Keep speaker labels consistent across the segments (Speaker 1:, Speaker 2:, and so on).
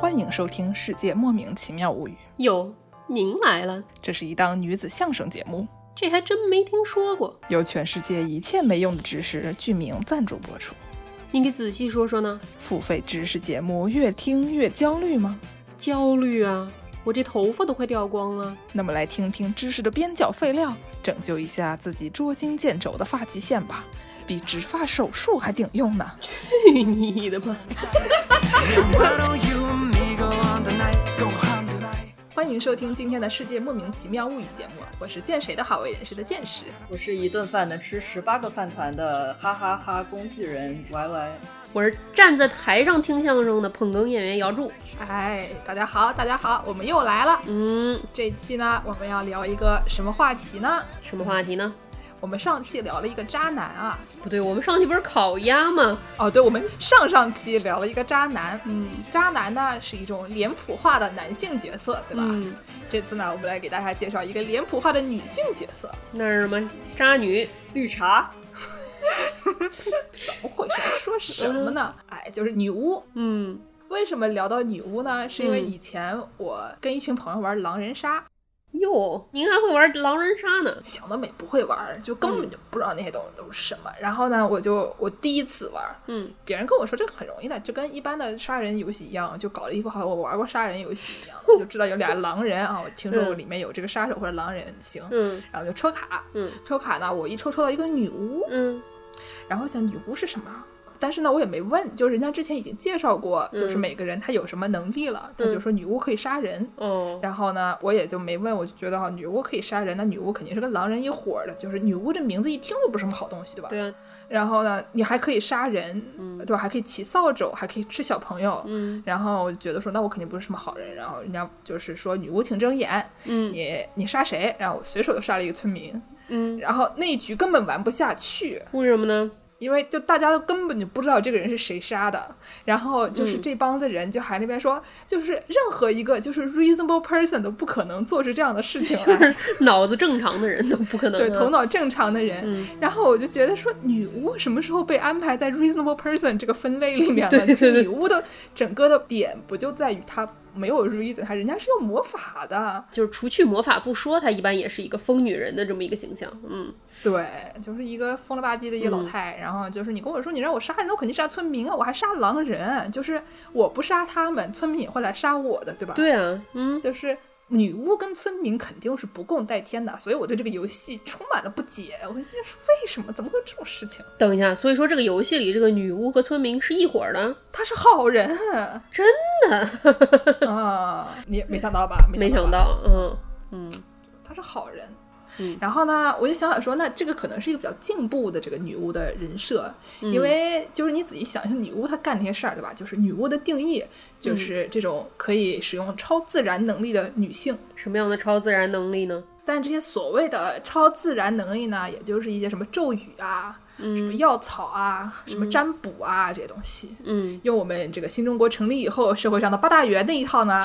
Speaker 1: 欢迎收听《世界莫名其妙物语》，
Speaker 2: 哟，您来了，
Speaker 1: 这是一档女子相声节目，
Speaker 2: 这还真没听说过，
Speaker 1: 由全世界一切没用的知识剧名赞助播出。
Speaker 2: 您给仔细说说呢。
Speaker 1: 付费知识节目越听越焦虑吗？
Speaker 2: 焦虑啊，我这头发都快掉光了。
Speaker 1: 那么来听听知识的边角废料，拯救一下自己捉襟见肘的发际线吧，比植发手术还顶用呢。
Speaker 2: 去 你的吧！
Speaker 3: Why don't you and me go on tonight? Go on tonight.
Speaker 1: 欢迎收听今天的《世界莫名其妙物语》节目，我是见谁的好为人师的见识。
Speaker 4: 我是一顿饭能吃十八个饭团的哈哈哈工具人 Y Y。
Speaker 2: 我是站在台上听相声的捧哏演员姚柱。
Speaker 1: 哎，大家好，大家好，我们又来了。
Speaker 2: 嗯，
Speaker 1: 这一期呢，我们要聊一个什么话题呢？
Speaker 2: 什么话题呢？
Speaker 1: 我们上期聊了一个渣男啊，
Speaker 2: 不对，我们上期不是烤鸭吗？
Speaker 1: 哦，对，我们上上期聊了一个渣男，嗯，渣男呢是一种脸谱化的男性角色，对吧？
Speaker 2: 嗯，
Speaker 1: 这次呢，我们来给大家介绍一个脸谱化的女性角色，
Speaker 2: 那是什么渣女？
Speaker 4: 绿茶，
Speaker 1: 怎么回事？说什么呢？哎，就是女巫。
Speaker 2: 嗯
Speaker 1: 为什么聊到女巫呢？是因为
Speaker 2: 嗯
Speaker 1: 以前我跟一群朋友玩狼人杀，
Speaker 2: 哟，您还会玩狼人杀呢？
Speaker 1: 想得美不会玩儿，就根
Speaker 2: 嗯
Speaker 1: 本就不知道那些东西都是什么。然后呢，我就我第一次玩儿，
Speaker 2: 嗯，
Speaker 1: 别人跟我说这个很容易的，就跟一般的杀人游戏一样，就搞得一副好像我玩过杀人游戏一样，我就知道有俩狼人啊，我听说过
Speaker 2: 嗯
Speaker 1: 里面有这个杀手或者狼人，行，
Speaker 2: 嗯
Speaker 1: 然后就抽卡，
Speaker 2: 嗯
Speaker 1: 抽卡呢，我一抽抽到一个女巫，
Speaker 2: 嗯
Speaker 1: 然后想女巫是什么啊？但是呢，我也没问，就是人家之前已经介绍过，就是
Speaker 2: 嗯
Speaker 1: 每个人他有什么能力了，他就
Speaker 2: 嗯
Speaker 1: 说女巫可以杀人，
Speaker 2: 哦，
Speaker 1: 然后呢，我也就没问，我就觉得哈，女巫可以杀人，那女巫肯定是跟狼人一伙儿的，就是女巫这名字一听就不是什么好东西，对吧？
Speaker 2: 对啊，
Speaker 1: 然后呢，你还可以杀人，对吧？还可以骑扫帚，还可以吃小朋友。
Speaker 2: 嗯
Speaker 1: 然后我就觉得说，那我肯定不是什么好人。然后人家就是说，女巫请睁眼，
Speaker 2: 嗯
Speaker 1: 你你杀谁？然后我随手就杀了一个村民。
Speaker 2: 嗯，
Speaker 1: 然后那一局根本玩不下去，
Speaker 2: 为什么呢？
Speaker 1: 因为就大家都根本就不知道这个人是谁杀的，然后就是
Speaker 2: 嗯
Speaker 1: 这帮子人就还那边说，就是任何一个就是 reasonable person 都不可能做出这样的事情
Speaker 2: 就
Speaker 1: 来，
Speaker 2: 是脑子正常的人都不可能啊。
Speaker 1: 对头脑正常的人。
Speaker 2: 嗯
Speaker 1: 然后我就觉得说，女巫什么时候被安排在 reasonable person 这个分类里面了？
Speaker 2: 对
Speaker 1: 就
Speaker 2: 对
Speaker 1: 是
Speaker 2: 对
Speaker 1: 女巫的整个的点不就在于她没有 reason，她人家是有魔法的，
Speaker 2: 就是除去魔法不说，她一般也是一个疯女人的这么一个形象。嗯，
Speaker 1: 对，就是一个疯了吧唧的一个老太。然后就是你跟我说，你让我杀人，我肯定杀村民啊，我还杀狼人，就是我不杀他们，村民也会来杀我的，对吧？，
Speaker 2: 对啊，嗯，
Speaker 1: 就是。女巫跟村民肯定是不共戴天的，所以我对这个游戏充满了不解。我就觉得为什么怎么会有这种事情？
Speaker 2: 等一下，所以说这个游戏里这个女巫和村民是一伙儿的，
Speaker 1: 他是好人，
Speaker 2: 真 的，
Speaker 1: 啊，你也没想到吧？
Speaker 2: 没
Speaker 1: 吧
Speaker 2: 想到，嗯嗯
Speaker 1: 他是好人。
Speaker 2: 嗯
Speaker 1: 然后呢，我就想想说，那这个可能是一个比较进步的这个女巫的人设，
Speaker 2: 嗯
Speaker 1: 因为就是你仔细想一下，女巫她干那些事儿，对吧？就是女巫的定义就是这种可以使用超自然能力的女性。
Speaker 2: 什么样的超自然能力呢？
Speaker 1: 但这些所谓的超自然能力呢，也就是一些什么咒语啊、
Speaker 2: 嗯
Speaker 1: 什么药草啊、什么占卜啊、这些东西。
Speaker 2: 嗯，
Speaker 1: 用我们这个新中国成立以后社会上的八大员那一套 呢，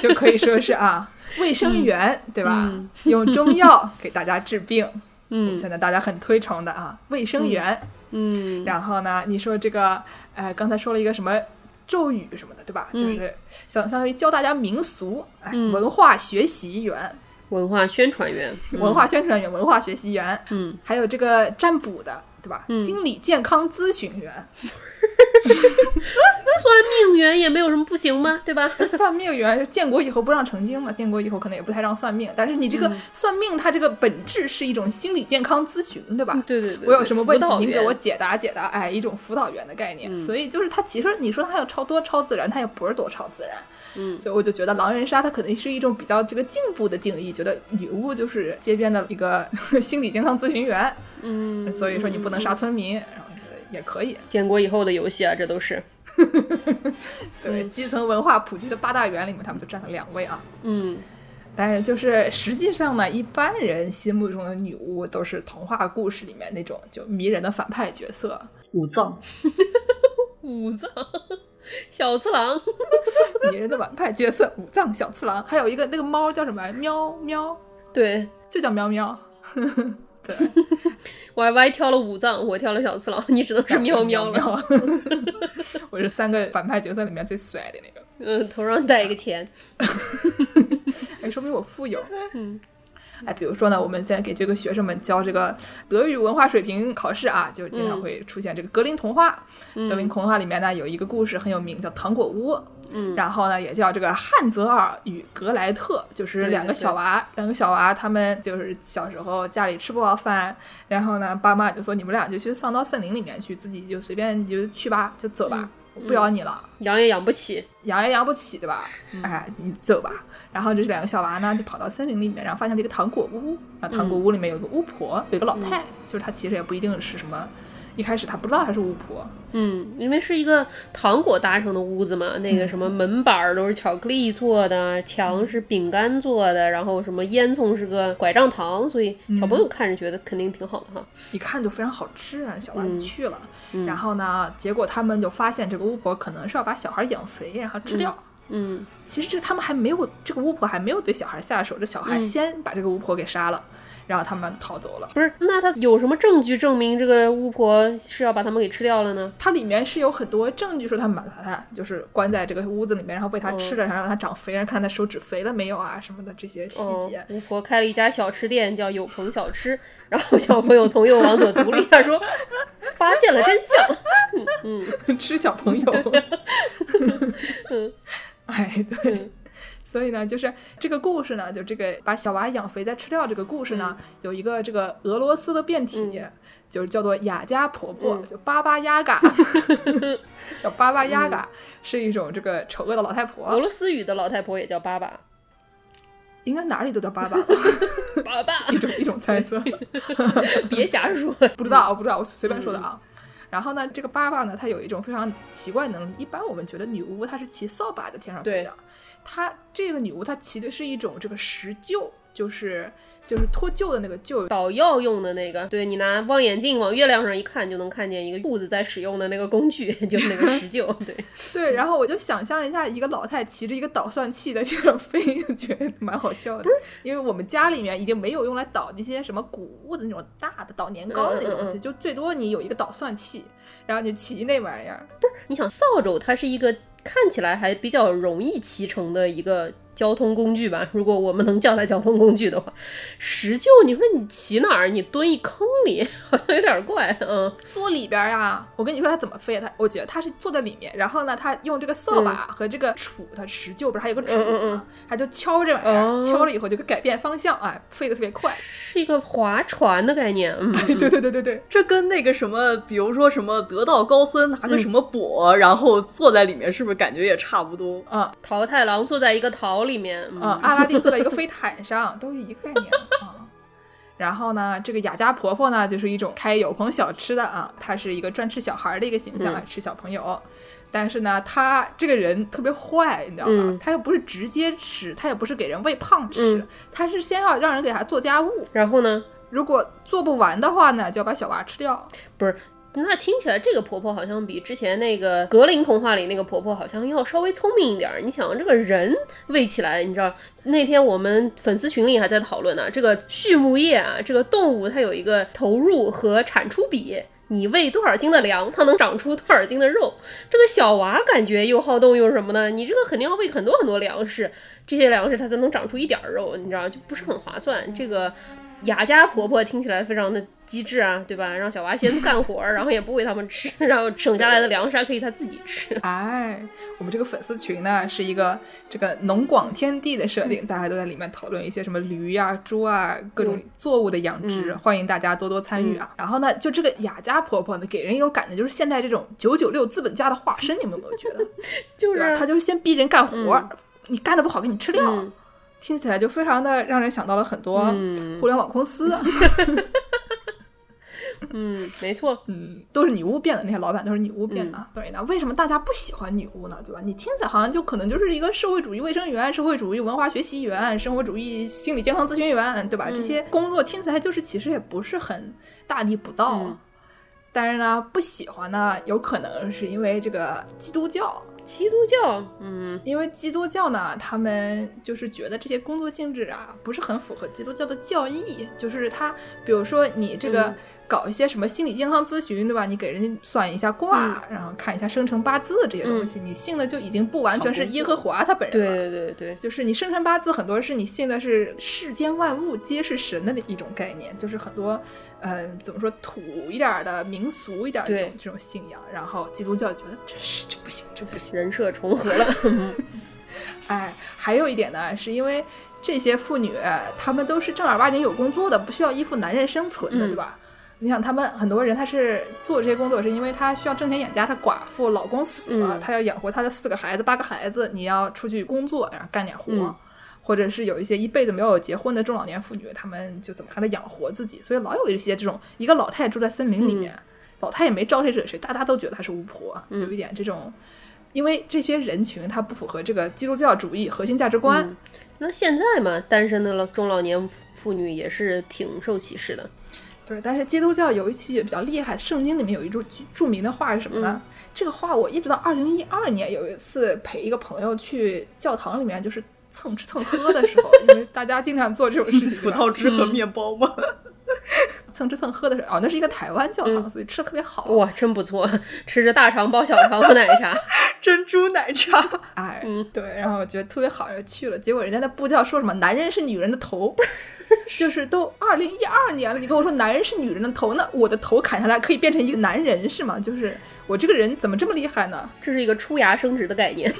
Speaker 1: 就可以说是啊，卫生员、对吧？
Speaker 2: 嗯
Speaker 1: 用中药给大家治病，嗯，现在大家很推崇的啊，卫生员。
Speaker 2: 嗯，
Speaker 1: 然后呢，你说这个呃，刚才说了一个什么？咒语什么的，对吧？
Speaker 2: 嗯
Speaker 1: 就是相相当于教大家民俗，哎，文化学习员、
Speaker 2: 文化宣传员，
Speaker 1: 文化宣传员、文化学习员，
Speaker 2: 嗯，
Speaker 1: 还有这个占卜的，对吧？心理健康咨询员，
Speaker 2: 算命员也没有什么不行吗？对吧？
Speaker 1: 算命员，建国以后不让成精嘛，建国以后可能也不太让算命，但是你
Speaker 2: 嗯
Speaker 1: 这个算命，它这个本质是一种心理健康咨询，对吧？
Speaker 2: 嗯对对对，
Speaker 1: 我有什么问题
Speaker 2: 辅，导
Speaker 1: 您给
Speaker 2: 员嗯
Speaker 1: 我解答解答，哎，一种辅导员的概念。所以就是它其实你说它有超多超自然，它也不是多超自然。嗯，所以我就觉得狼人杀它可能是一种比较这个进步的定义，觉得女巫就是街边的一个 心理健康咨询员。嗯，所以说你不能杀村民，然后觉得也可以。
Speaker 2: 建国以后的游戏啊，这都是，
Speaker 1: 对，基层文化普及的八大员里面，他们就占了两位啊。
Speaker 2: 嗯，
Speaker 1: 但是就是实际上呢，一般人心目中的女巫都是童话故事里面那种就迷人的反派角色，
Speaker 4: 五藏，
Speaker 2: 武藏，小次郎，
Speaker 1: 迷人的反派角色五藏小次郎，还有一个那个猫叫什么喵喵，
Speaker 2: 对
Speaker 1: 就叫喵喵。对，
Speaker 2: Y Y 挑了武藏，我挑了小次郎，你只能 是喵喵了。
Speaker 1: 喵， 我是三个反派角色里面最帅的那个。
Speaker 2: 嗯，头上戴一个钱，
Speaker 1: 哎，说明我富有。嗯。哎，比如说呢，我们现在给这个学生们教这个德语文化水平考试啊，就是经
Speaker 2: 嗯
Speaker 1: 常会出现这个格林童话。格林童话里面呢有一个故事很有名，叫《糖果屋》。嗯，然后呢也叫这个汉泽尔与格莱特，就是
Speaker 2: 对
Speaker 1: 两个
Speaker 2: 对
Speaker 1: 小娃，两个小娃他们就是小时候家里吃不饱饭，然后呢爸妈就说你们俩就去上到森林里面去，自己就随便就去吧，就走吧，
Speaker 2: 嗯
Speaker 1: 我不咬你了。
Speaker 2: 养也养不起。
Speaker 1: 养也养不起，对吧？哎，你走吧。然后这两个小娃呢，就跑到森林里面，然后发现了一个糖果屋。然后糖果屋里面有个巫婆，有一个老太，就是她其实也不一定是什么，一开始她不知道她是巫婆，
Speaker 2: 嗯，因为是一个糖果搭成的屋子嘛，那个什么门板儿都是巧克力做的，墙是饼干做的，然后什么烟囱是个拐杖糖，所以小朋友看着觉得肯定挺好的哈。
Speaker 1: 一看就非常好吃啊，小娃就去了。然后呢，结果他们就发现这个巫婆可能是要把小孩养肥，然后吃掉。
Speaker 2: 嗯
Speaker 1: 其实这他们还没有，这个巫婆还没有对小孩下手，这小孩先把这个巫婆给杀了，然后他们逃走了。
Speaker 2: 不是，那他有什么证据证明这个巫婆是要把他们给吃掉了呢？
Speaker 1: 它里面是有很多证据说他们把它就是关在这个屋子里面，然后喂它吃的，然后让它长肥，然后看它手指肥了没有啊什么的这些细
Speaker 2: 哦
Speaker 1: 节。，
Speaker 2: 巫婆开了一家小吃店，叫有朋小吃，然后小朋友从右往左读了一下，说 发现了真 相。
Speaker 1: 吃小朋友。哎，对。 所以呢，就是这个故事呢，就这个把小娃养肥再吃掉这个故事呢，有一个这个俄罗斯的变体，就是叫做雅加婆婆，就巴巴亚嘎，叫巴巴亚嘎，是一种这个丑恶的老太
Speaker 2: 俄
Speaker 1: 婆，
Speaker 2: 罗斯语的老太婆也叫爸爸，
Speaker 1: 应该哪里都叫巴巴，
Speaker 2: 爸爸，
Speaker 1: 一种一种猜测。
Speaker 2: 别瞎说。
Speaker 1: 不知道，我不知道，我随便说的啊。然后呢，这个爸爸呢，他有一种非常奇怪能力。一般我们觉得女巫她是骑扫把在天上飞的
Speaker 2: 对，
Speaker 1: 她这个女巫她骑的是一种这个石臼， 就是就是脱臼的那个臼。
Speaker 2: 捣药用的那个，对你拿望远镜往月亮上一看，就能看见一个兔子在使用的那个工具， 就是那个石臼。对，
Speaker 1: 对，然后我就想象一下，一个老太骑着一个捣蒜器在天上飞， 就觉得蛮好笑的。不是，因为我们家里面已经没有用来捣那些什么谷物的那种大的捣年糕的那个东
Speaker 2: 嗯
Speaker 1: 西，
Speaker 2: 嗯嗯
Speaker 1: 就最多你有一个捣蒜器，然后你骑那玩意儿。
Speaker 2: 你想扫帚，它是一个看起来还比较容易骑乘的一个交通工具吧，如果我们能叫它交通工具的话。石臼，你说你骑哪儿？你蹲一坑里， 好像有点怪，嗯，
Speaker 1: 坐里边儿呀，我跟你说他怎么飞，他我觉得他是坐在里面，然后呢，他用这个扫把和这个杵，他石臼不是还有个杵吗？
Speaker 2: 嗯嗯嗯
Speaker 1: 他就敲这玩意儿，
Speaker 2: 哦
Speaker 1: 敲了以后就改变方向，哎，飞得特别 快。
Speaker 2: 是一个划船的概念，嗯，嗯
Speaker 1: 对对对对对，
Speaker 4: 这跟那个什么，比如说什么得道高僧拿个什么钵，然后坐在里面，是不是感觉也差不多？
Speaker 2: 桃太郎坐在一个桃里面，嗯，
Speaker 1: 嗯，阿拉丁坐在一个飞毯上，都是一个概念啊。 然后呢，这个雅家婆婆呢，就是一种开有朋小吃的啊，她是一个专吃小孩儿的一个形象，啊，吃小朋友。但是呢，她这个人特别坏，你知道吗？
Speaker 2: 嗯
Speaker 1: 她又不是直接吃，她也不是给人喂胖吃，她是先要让人给她做家务，
Speaker 2: 然后呢？
Speaker 1: 如果做不完的话呢，就要把小娃吃掉。
Speaker 2: 不是，那听起来这个婆婆好像比之前那个格林童话里那个婆婆好像要稍微聪明一点儿。你想，这个人喂起来，你知道那天我们粉丝群里还在讨论呢，这个畜牧业啊，这个动物它有一个投入和产出比。你喂多少斤的粮，它能长出多少斤的肉？这个小娃感觉又好动又什么呢？你这个肯定要喂很多很多粮食，这些粮食它才能长出一点儿肉，你知道就不是很划算。这个雅家婆婆听起来非常的机智啊，对吧？让小娃先干活儿，然后也不喂他们吃，然后省下来的粮食还可以她自己吃。
Speaker 1: 哎，我们这个粉丝群呢是一个这个农广天地的设
Speaker 2: 嗯
Speaker 1: 定，大家都在里面讨论一些什么驴呀、猪啊各种作物的养殖，
Speaker 2: 嗯
Speaker 1: 欢迎大家多多参与啊。然后呢，就这个雅家婆婆呢，给人一种感觉就是现在这种九九六资本家的化身，你们有没有 觉得？
Speaker 2: 就
Speaker 1: 对
Speaker 2: 是啊
Speaker 1: 吧？他就是先逼人干活儿，你干的不好给你吃掉。
Speaker 2: 嗯
Speaker 1: 听起来就非常的让人想到了很多互联网公司，啊
Speaker 2: 嗯，没错，
Speaker 1: 嗯，都是女巫变的，那些老板都是女巫变的啊。所以呢，为什么大家不喜欢女巫呢？对吧？你听起来好像就可能就是一个社会主义卫生员、社会主义文化学习员、生活主义心理健康咨询员，对吧？这些工作听起来就是其实也不是很大逆不道。
Speaker 2: 嗯
Speaker 1: 但是呢，不喜欢呢，有可能是因为这个基督教，
Speaker 2: 基督教，嗯
Speaker 1: 因为基督教呢，他们就是觉得这些工作性质啊，不是很符合基督教的教义。就是他，比如说你这个
Speaker 2: 嗯
Speaker 1: 搞一些什么心理健康咨询，对吧？你给人家算一下卦，
Speaker 2: 嗯
Speaker 1: 然后看一下生辰八字这些东西，你信的就已经不完全是耶和华他本人了。
Speaker 2: 对对对
Speaker 1: 就是你生辰八字很多是你信的是世间万物皆是神的一种概念，就是很多，嗯、怎么说土一点儿的、民俗一点儿的这种
Speaker 2: 对
Speaker 1: 这种信仰。然后基督教觉得这是这不行，这不行。
Speaker 2: 对，人设 重合了，
Speaker 1: 嗯哎，还有一点呢，是因为这些妇女哎她们都是正儿八经有工作的，不需要依附男人生存的，
Speaker 2: 嗯
Speaker 1: 对吧？你想，他们很多人他是做这些工作，是因为他需要挣钱养家。他寡妇，老公死了，
Speaker 2: 嗯
Speaker 1: 他要养活他的四个孩子、八个孩子，你要出去工作，然后干点活。
Speaker 2: 嗯
Speaker 1: 或者是有一些一辈子没有结婚的中老年妇女，她们就怎么还得养活自己，所以老有一些这种一个老太太住在森林里面，
Speaker 2: 嗯
Speaker 1: 老太也没招谁惹谁，大家都觉得她是巫婆，有一点这种，因为这些人群她不符合这个基督教主义核心价值观，
Speaker 4: 嗯
Speaker 2: 那现在嘛，单身的老中老年妇女也是挺受歧视的。
Speaker 1: 对，但是基督教有一期也比较厉害，圣经里面有一句著名的话是什么呢？
Speaker 4: 嗯
Speaker 1: 这个话我一直到二零一二年有一次陪一个朋友去教堂里面，就是蹭吃蹭喝的时候，因为大家经常做这种 事情，对
Speaker 4: 葡
Speaker 1: 吧
Speaker 4: 萄汁和面包吗？
Speaker 1: 蹭吃蹭喝的时候，哦，那是一个台湾教
Speaker 4: 嗯
Speaker 1: 堂，所以吃的特别好。啊
Speaker 2: 哇，真不错，吃着大肠包小肠喝奶 茶，
Speaker 4: 珍珠奶茶，
Speaker 1: 哎，
Speaker 2: 嗯
Speaker 1: 对，然后我觉得特别好，然后去了，结果人家那布教说什么男人是女人的头， 就是都二零一二年了，你跟我说男人是女人的头，那我的头砍下来可以变成一个男人是吗？就是我这个人怎么这么厉害呢？
Speaker 2: 这是一个出芽生殖的概念。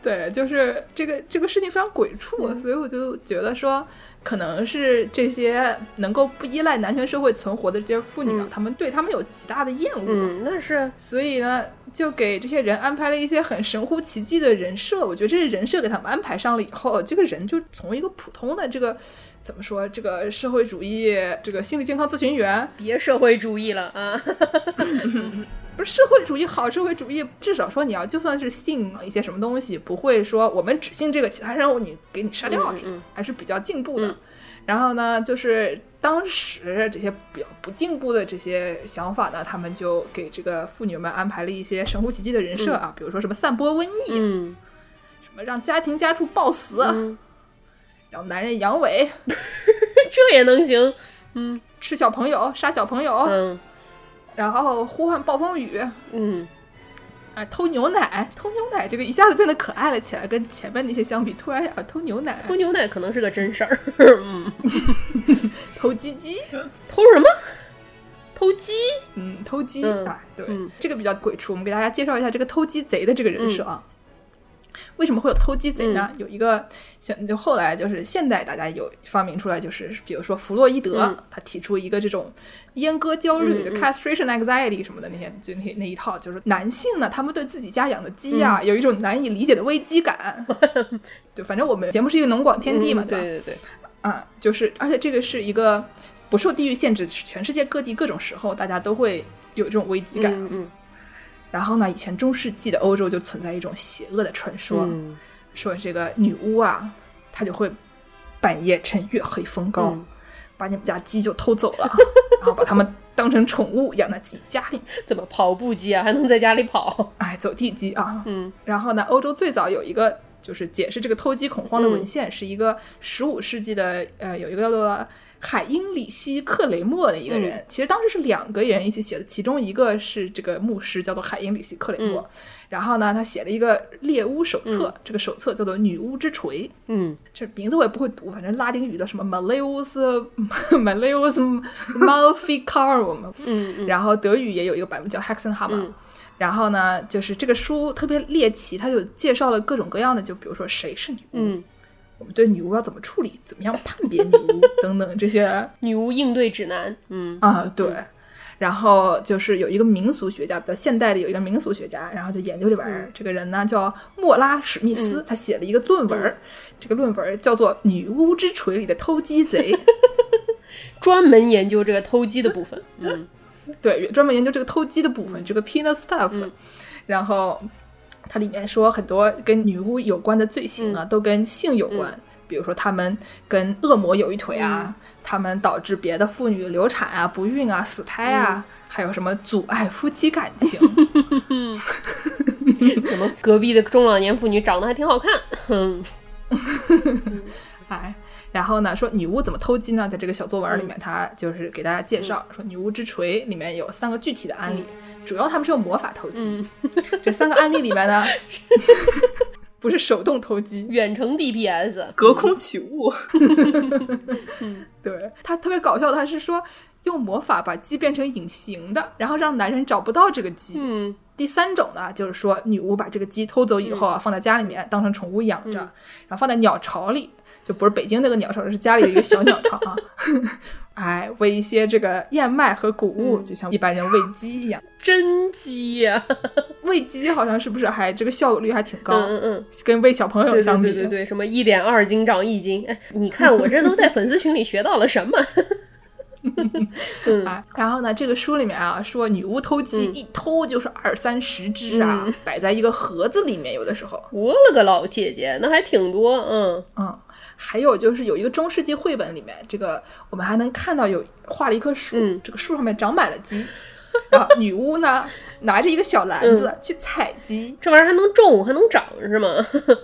Speaker 1: 对，就是这个这个事情非常鬼畜，
Speaker 2: 嗯
Speaker 1: 所以我就觉得说，可能是这些能够不依赖男权社会存活的这些妇女啊，她、们对她们有极大的厌恶，
Speaker 2: 嗯，那是
Speaker 1: 所以呢，就给这些人安排了一些很神乎其技的人设。我觉得这些人设给他们安排上了以后，这个人就从一个普通的这个怎么说，这个社会主义这个心理健康咨询员，
Speaker 2: 别社会主义了啊！
Speaker 1: 不是社会主义好，社会主义至少说你要就算是信一些什么东西，不会说我们只信这个，其他人我你给你杀掉，
Speaker 2: 嗯嗯
Speaker 1: 还是比较进步的。
Speaker 2: 嗯
Speaker 1: 然后呢，就是当时这些比较不进步的这些想法呢，他们就给这个妇女们安排了一些神乎其技的人设啊，比如说什么散播瘟疫，
Speaker 2: 嗯
Speaker 1: 什么让家庭家畜暴死，
Speaker 2: 嗯，
Speaker 1: 让男人阳痿，
Speaker 2: 这也能行？
Speaker 1: 吃小朋友，杀小朋友，
Speaker 2: 嗯
Speaker 1: 然后呼唤暴风雨，
Speaker 2: 嗯，
Speaker 1: 啊，偷牛奶，偷牛奶这个一下子变得可爱了起来，跟前面那些相比，突然啊，偷牛奶，
Speaker 2: 偷
Speaker 1: 偷
Speaker 2: 牛奶可能是个真事儿。嗯，
Speaker 1: 偷鸡鸡，
Speaker 2: 偷什么？ 偷鸡？
Speaker 1: 嗯，偷鸡，
Speaker 2: 嗯
Speaker 1: 啊，对，
Speaker 2: 嗯
Speaker 1: 这个比较鬼畜。我们给大家介绍一下这个偷鸡贼的这个人设
Speaker 2: 嗯
Speaker 1: 啊。为什么会有偷鸡贼呢？有一个像就后来就是现代大家有发明出来，就是比如说弗洛伊德、
Speaker 2: 嗯
Speaker 1: 他提出一个这种阉割焦虑、就 castration anxiety 什么的那些就那那一套，就是男性呢，他们对自己家养的鸡呀、
Speaker 2: 嗯
Speaker 1: 有一种难以理解的危机 感。就反正我们节目是一个农广天地嘛，
Speaker 2: 嗯
Speaker 1: 吧？
Speaker 2: 对对对，
Speaker 1: 啊，就是而且这个是一个不受地域限制，全世界各地各种时候大家都会有这种危 机感。
Speaker 2: 嗯嗯
Speaker 1: 然后呢，以前中世纪的欧洲就存在一种邪恶的传说，
Speaker 2: 嗯
Speaker 1: 说这个女巫啊，她就会半夜趁月黑风高，
Speaker 2: 嗯
Speaker 1: 把你们家鸡就偷 走了，然后把它们当成宠物养在自己家里，
Speaker 2: 怎么跑步机啊？还 能在家里跑？
Speaker 1: 哎，走地鸡啊。
Speaker 2: 嗯
Speaker 1: 然后呢，欧洲最早有一个就是解释这个偷鸡恐慌的文献，是一个十五世纪的呃，有一个叫做海因里希·克雷默的一个人。其实当时是两个人一起写的，其中一个是这个牧师叫做海因里希·克雷默，然后呢，他写了一个猎巫手册，这个手册叫做《女巫之锤》。
Speaker 2: 嗯，
Speaker 1: 这名字我也不会读，反正拉丁语的什么 Maleus Maleus Maleficarum，嗯然后德语也有一个版本叫 Hexenhammer，、然后呢，就是这个书特别猎奇，它就介绍了各种各样的，就比如说谁是女巫，
Speaker 2: 嗯
Speaker 1: 我们对女巫要怎么处理，怎么样判别女巫 等等这些
Speaker 2: 女巫应对指南。嗯
Speaker 1: 啊，对。然后就是有一个民俗学家，比较现代的有一个民俗学家，然后就研究这玩意儿。这个人呢叫莫拉史密斯，他写了一个论文，儿，这个论文儿叫做《女巫之锤》里的偷鸡贼，
Speaker 2: 专门研究这个偷鸡的部分。 嗯
Speaker 1: 对，专门研究这个偷鸡的部分，这个 penis stuff、然后它里面说很多跟女巫有关的罪行啊，都跟性有关。比如说，他们跟恶魔有一腿啊，他们导致别的妇女流产啊、不孕啊、死胎啊，还有什么阻碍夫妻感情，
Speaker 2: 怎么隔壁的中老年妇女长得还挺好看？嗯
Speaker 1: 哎，然后呢，说女巫怎么偷鸡呢？在这个小作文里面，他就是给大家介绍、说，女巫之锤里面有三个具体的案例，主要他们是用魔法偷鸡。这三个案例里面呢，不是手动偷鸡，
Speaker 2: 远程 DPS，
Speaker 4: 隔空取物，
Speaker 1: 对他特别搞笑的，他是说用魔法把鸡变成隐形的，然后让男人找不到这个鸡。
Speaker 2: 嗯，
Speaker 1: 第三种呢，就是说女巫把这个鸡偷走以后啊，放在家里面当成宠物养着，
Speaker 2: 嗯
Speaker 1: 然后放在鸟巢里，就不是北京那个鸟巢，是家里的一个小鸟巢啊。 哎，喂一些这个燕麦和谷物，
Speaker 2: 嗯
Speaker 1: 就像一般人喂鸡一样。
Speaker 2: 真鸡呀、
Speaker 1: 喂鸡好像是不是还这个效率还挺高，
Speaker 2: 嗯嗯嗯。
Speaker 1: 跟喂小朋友
Speaker 2: 对对
Speaker 1: 相比。
Speaker 2: 对对对，什么一点二斤长一斤，哎，你看我这都在粉丝群里学到了什么？
Speaker 1: 哎，然后呢，这个书里面啊说女巫偷鸡、一偷就是二三十只啊，摆在一个盒子里面，有的时候，
Speaker 2: 我了个老姐姐，那还挺多，嗯，
Speaker 1: 嗯，还有就是有一个中世纪绘本里面，这个我们还能看到有画了一棵树，
Speaker 2: 嗯
Speaker 1: 这个树上面长满了鸡，然后女巫呢拿着一个小篮子去采鸡，
Speaker 2: 这玩意儿还能种，还能长是吗？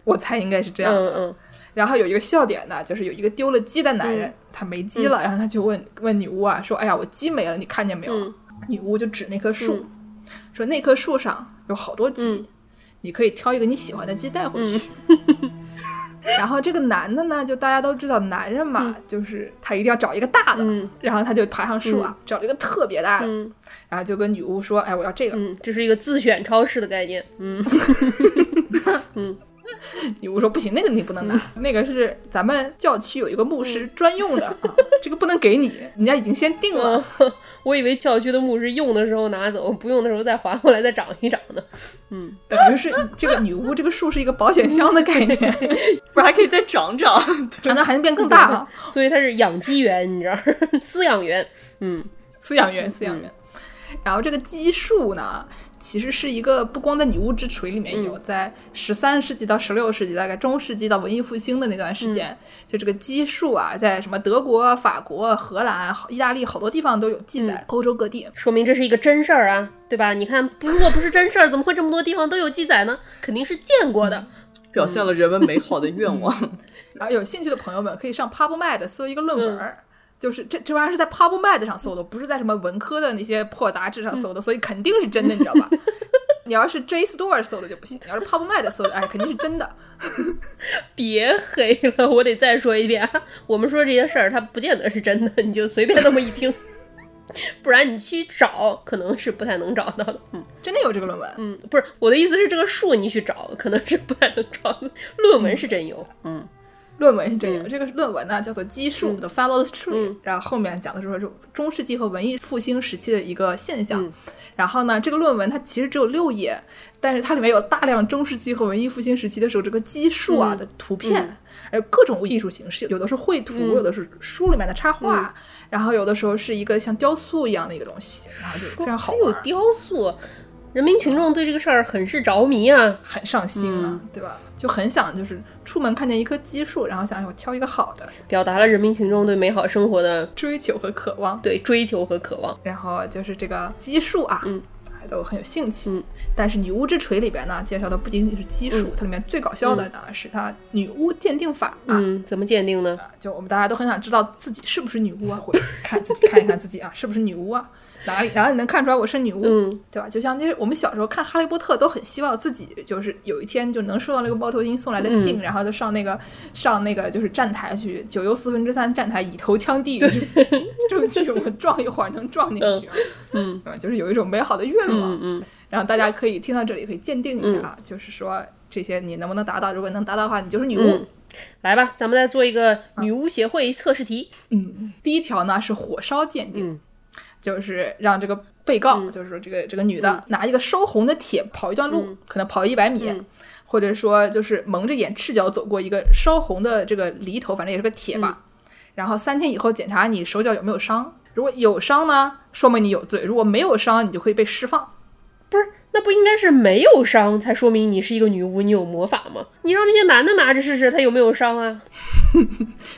Speaker 1: 我猜应该是这样。
Speaker 2: 嗯嗯，
Speaker 1: 然后有一个笑点呢，就是有一个丢了鸡的男人，他没鸡了，然后他就问问女巫啊，说：“哎呀，我鸡没了，你看见没有？”
Speaker 2: 嗯
Speaker 1: 女巫就指那棵树，说那棵树上有好多鸡，
Speaker 2: 嗯
Speaker 1: 你可以挑一个你喜欢的鸡带回去。
Speaker 2: 嗯
Speaker 1: 然后这个男的呢，就大家都知道，男人嘛，就是他一定要找一个大的，
Speaker 2: 嗯
Speaker 1: 然后他就爬上树啊，找了一个特别大的，然后就跟女巫说：“哎，我要这个。
Speaker 2: 嗯，这是一个自选超市的概念，嗯，
Speaker 1: 女巫说：“不行，那个你不能拿，那个是咱们教区有一个牧师专用的，啊、这个不能给你，人家已经先定了。
Speaker 2: 我以为教区的牧师用的时候拿走，不用的时候再还回来再长一长呢。
Speaker 1: 等于是这个女巫这个树是一个保险箱的概念，
Speaker 4: 不是还可以再长长？
Speaker 1: 长大还能变更大啊！
Speaker 2: 所以它是养鸡园，你知道， 饲养员，嗯，
Speaker 1: 饲养员，饲养员。然后这个鸡树呢，其实是一个不光在女巫之锤里面有，在十三世纪到十六世纪，大概中世纪到文艺复兴的那段时间，就这个鸡树啊，在什么德国、法国、荷兰、意大利好多地方都有记载，欧洲各地。
Speaker 2: 说明这是一个真事儿啊，对吧？你看，不如果不是真事儿，怎么会这么多地方都有记载呢？肯定是见过的。
Speaker 4: 表现了人们美好的愿望。
Speaker 1: 然后有兴趣的朋友们可以上 PubMed 搜一个论文儿。就是这这玩意儿是在 PubMed 上搜的，不是在什么文科的那些破杂志上搜的，所以肯定是真的，你知道吧？ 你要是 JSTOR 搜的就不行，你要是 PubMed 搜的，哎，肯定是真的。
Speaker 2: 别黑了，我得再说一遍 啊！我们说这些事儿，它不见得是真的，你就随便那么一听， 不然你去找，可能是不太能找到的。嗯
Speaker 1: 真的有这个论文，
Speaker 2: 嗯，不是我的意思是，这个树你去找，可能是不太能找的。论文是真有，嗯，
Speaker 1: 论文是真有。这个论文呢叫做《基数 The Fellows Tree》，然
Speaker 2: 嗯
Speaker 1: 后后面讲的是说是中世纪和文艺复兴时期的一个现象。
Speaker 2: 嗯
Speaker 1: 然后呢，这个论文它其实只有六页，但是它里面有大量中世纪和文艺复兴时期的时候这个基数
Speaker 2: 嗯
Speaker 1: 啊、的图片，还有各种艺术形式，有的是绘图，
Speaker 2: 嗯
Speaker 1: 有的是书里面的插画，然后有的时候是一个像雕塑一样的一个东西，然后就非常好
Speaker 2: 还有
Speaker 1: 玩，
Speaker 2: 雕塑，人民群众对这个事儿很是着迷啊。
Speaker 1: 很上心啊，
Speaker 2: 嗯
Speaker 1: 对吧？就很想就是出门看见一棵基数，然后想哎我挑一个好的
Speaker 2: 表达了人民群众对美好生活的
Speaker 1: 追求和渴望。
Speaker 2: 对追求和渴望。
Speaker 1: 然后就是这个基数啊，
Speaker 2: 嗯
Speaker 1: 大家都很有兴趣。
Speaker 2: 嗯
Speaker 1: 但是《女巫之锤》里边呢，介绍的不仅仅是基数，它里面最搞笑的呢、是它女巫鉴定法啊，
Speaker 2: 嗯，怎么鉴定呢？
Speaker 1: 就我们大家都很想知道自己是不是女巫啊， 会看自己看一看自己啊，是不是女巫啊？哪里哪里能看出来我是女巫？
Speaker 2: 嗯
Speaker 1: 对吧？就像就是我们小时候看《哈利波特》，都很希望自己就是有一天就能收到那个猫头鹰送来的
Speaker 2: 嗯
Speaker 1: 信，然后就上那个上那个就是站台去九又四分之三站台以头枪地，就证据我撞一会儿能撞进去啊，
Speaker 2: 嗯
Speaker 1: 对吧就是有一种美好的愿望。
Speaker 2: 嗯嗯，
Speaker 1: 然后大家可以听到这里可以鉴定一下啊，就是说这些你能不能达到？如果能达到的话，你就是女巫。
Speaker 2: 嗯来吧，咱们再做一个
Speaker 1: 啊
Speaker 2: 女巫协会测试题。
Speaker 1: 嗯，第一条呢是火烧鉴定，
Speaker 2: 嗯
Speaker 1: 就是让这个被告，就是说这个这个女的、拿一个烧红的铁跑一段路，可能跑一百米，或者说就是蒙着眼赤脚走过一个烧红的这个犁头，反正也是个铁吧。然后三天以后检查你手脚有没有伤，如果有伤呢，说明你有罪；如果没有伤，你就可以被释放。
Speaker 2: 不是，那不应该是没有伤才说明你是一个女巫，你有魔法吗？你让那些男的拿着试试，他有没有伤啊？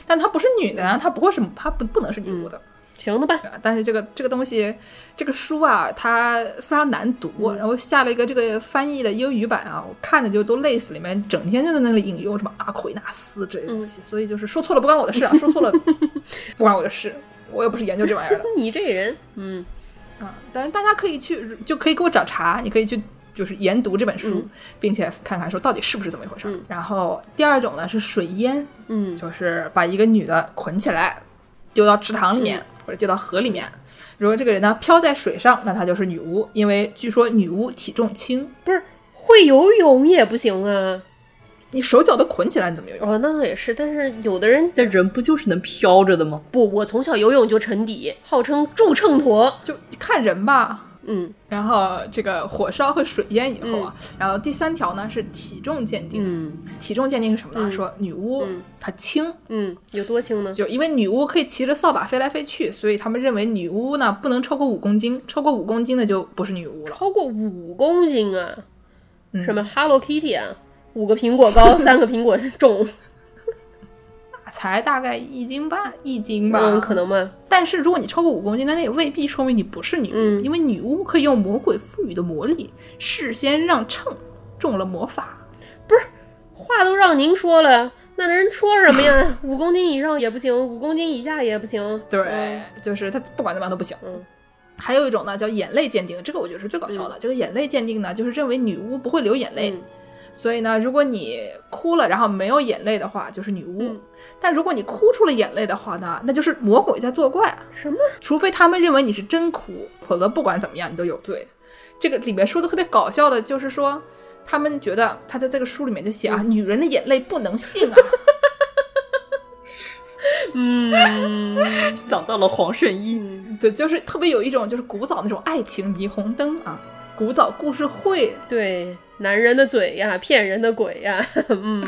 Speaker 1: 但她不是女的啊，她不会是，她不不能是女巫的。
Speaker 2: 行了吧？
Speaker 1: 但是这个这个东西，这个书啊，它非常难读。然后下了一个这个翻译的英语版啊，我看着就都累死，里面整天就在那里引用什么阿奎纳斯这些东西，所以就是说错了不关我的事啊，说错了不关我的事，我又不是研究这玩意儿的
Speaker 2: 你这人，嗯，
Speaker 1: 啊。但是大家可以去，就可以给我找茬，你可以去。就是研读这本书，并且看看说到底是不是这么一回事儿。然后第二种呢是水淹，
Speaker 2: 嗯
Speaker 1: 就是把一个女的捆起来，丢到池塘里
Speaker 2: 嗯
Speaker 1: 面、或者丢到河里面。如果这个人呢漂在水上，那她就是女巫，因为据说女巫体重轻，
Speaker 2: 不是会游泳也不行啊。
Speaker 1: 你手脚都捆起来，你怎么游泳？
Speaker 2: 哦，那倒也是，但是有的人
Speaker 4: 但人不就是能飘着的吗？
Speaker 2: 不，我从小游泳就沉底，号称助秤砣。
Speaker 1: 就看人吧。
Speaker 2: 嗯
Speaker 1: 然后这个火烧和水淹以后啊，然后第三条呢是体重鉴定。
Speaker 2: 嗯
Speaker 1: 体重鉴定是什么呢？说女巫、她轻，
Speaker 2: 嗯，有多轻呢？
Speaker 1: 就因为女巫可以骑着扫把飞来飞去，所以他们认为女巫呢不能超过五公斤，超过五公斤的就不是女巫了。
Speaker 2: 超过五公斤啊！什么 Hello Kitty 啊，五个苹果 高，三个苹果重，
Speaker 1: 才大概一斤半，一斤吧，
Speaker 2: 嗯，可。能吧。
Speaker 1: 但是如果你超过五公斤，那那也未必说明你不是女巫，
Speaker 2: 嗯
Speaker 1: 因为女巫可以用魔鬼赋予的魔力，事先让秤中了魔法。
Speaker 2: 话都让您说了，那人说什么呀？ 五公斤以上也不行，五公斤以下也不行。
Speaker 1: 对，
Speaker 2: 嗯
Speaker 1: 就是他不管怎么样都不行。
Speaker 2: 嗯
Speaker 1: 还有一种呢，叫眼泪鉴定，这个我觉得是最搞笑的。这个眼泪鉴定呢，就是认为女巫不会流眼泪，
Speaker 2: 嗯
Speaker 1: 所以呢，如果你哭了然后没有眼泪的话，就是女巫；
Speaker 2: 嗯
Speaker 1: 但如果你哭出了眼泪的话呢，那就是魔鬼在作怪。
Speaker 2: 什么？
Speaker 1: 除非他们认为你是真哭，否则不管怎么样你都有罪。这个里面说的特别搞笑的，就是说他们觉得他在这个书里面就写啊，女人的眼泪不能信啊，
Speaker 2: 嗯，
Speaker 4: 想到了黄圣依，
Speaker 1: 对，就是特别有一种就是古早那种爱情霓虹灯啊，古早故事会
Speaker 2: 对，男人的嘴呀，骗人的鬼呀， 嗯，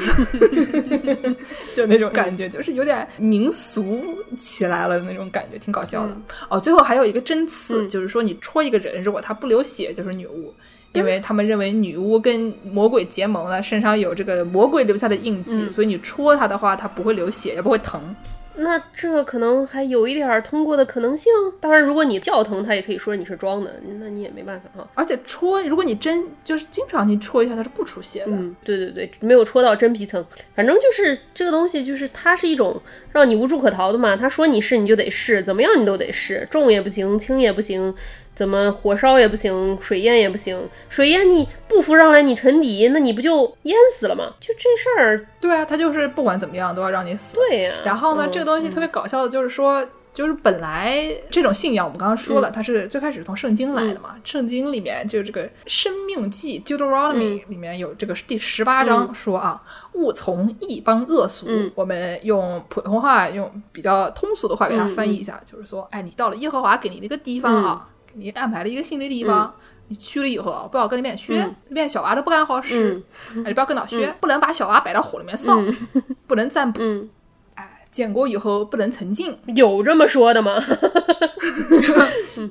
Speaker 1: 就那种感觉，就是有点民俗起来了的那种感觉，挺搞笑的。哦，最后还有一个针刺，
Speaker 2: 嗯
Speaker 1: 就是说你戳一个人，如果他不流血，就是女巫。
Speaker 2: 嗯
Speaker 1: 因为他们认为女巫跟魔鬼结盟了，身上有这个魔鬼留下的印记，
Speaker 2: 嗯
Speaker 1: 所以你戳她的话，她不会流血，也不会疼。
Speaker 2: 那这可能还有一点儿通过的可能性。当然，如果你叫疼，他也可以说你是装的，那你也没办法啊哈。
Speaker 1: 而且戳，如果你真就是经常你戳一下，它是不出血的。
Speaker 2: 嗯，对对对，没有戳到真皮层，反正就是这个东西，就是它是一种让你无处可逃的嘛。他说你试你就得试，怎么样你都得试，重也不行，轻也不行，怎么火烧也不行，水淹也不行。水淹你不浮上来，你沉底，那你不就淹死了吗？就这事儿，
Speaker 1: 对啊，它就是不管怎么样都要让你死。
Speaker 2: 对呀、
Speaker 1: 然后呢，
Speaker 2: 嗯
Speaker 1: 这个东西特别搞笑的就是说，就是本来这种信仰，我们刚刚说
Speaker 2: 嗯
Speaker 1: 了，它是最开始从圣经来的嘛。圣经里面就这个《生命记》（Deuteronomy）
Speaker 2: 嗯
Speaker 1: 里面有这个第十八章说啊，勿从异邦恶俗。
Speaker 2: 嗯
Speaker 1: 我们用普通话用比较通俗的话给
Speaker 2: 嗯
Speaker 1: 它翻译一下，就是说，哎，你到了耶和华给你的一个地方啊，
Speaker 2: 嗯
Speaker 1: 给你安排了一个新的地方。你去了以后啊，不要跟那边学，
Speaker 2: 嗯
Speaker 1: 那边小娃都不干好事，哎你不要跟他学，不能把小娃摆到火里面烧，不能占卜，
Speaker 2: 嗯，
Speaker 1: 哎，建国以后不能沉浸，
Speaker 2: 有这么说的吗？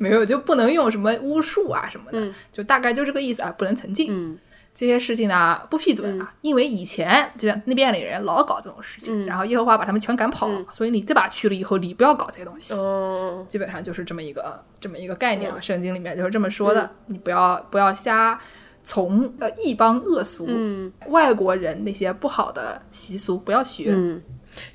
Speaker 1: 没有就不能用什么巫术啊什么的，就大概就这个意思啊，不能沉浸。
Speaker 2: 嗯
Speaker 1: 这些事情呢不批准啊，因为以前就像那边的人老搞这种事
Speaker 2: 嗯
Speaker 1: 情，然后耶和华把他们全赶跑了，所以你这把去了以后，你不要搞这些东西。
Speaker 2: 哦，
Speaker 1: 基本上就是这么一个这么一个概念啊，圣经里面就是这么说
Speaker 2: 嗯
Speaker 1: 的，你不要不要瞎从呃异邦恶俗，
Speaker 2: 嗯
Speaker 1: 外国人那些不好的习俗不要学。
Speaker 2: 嗯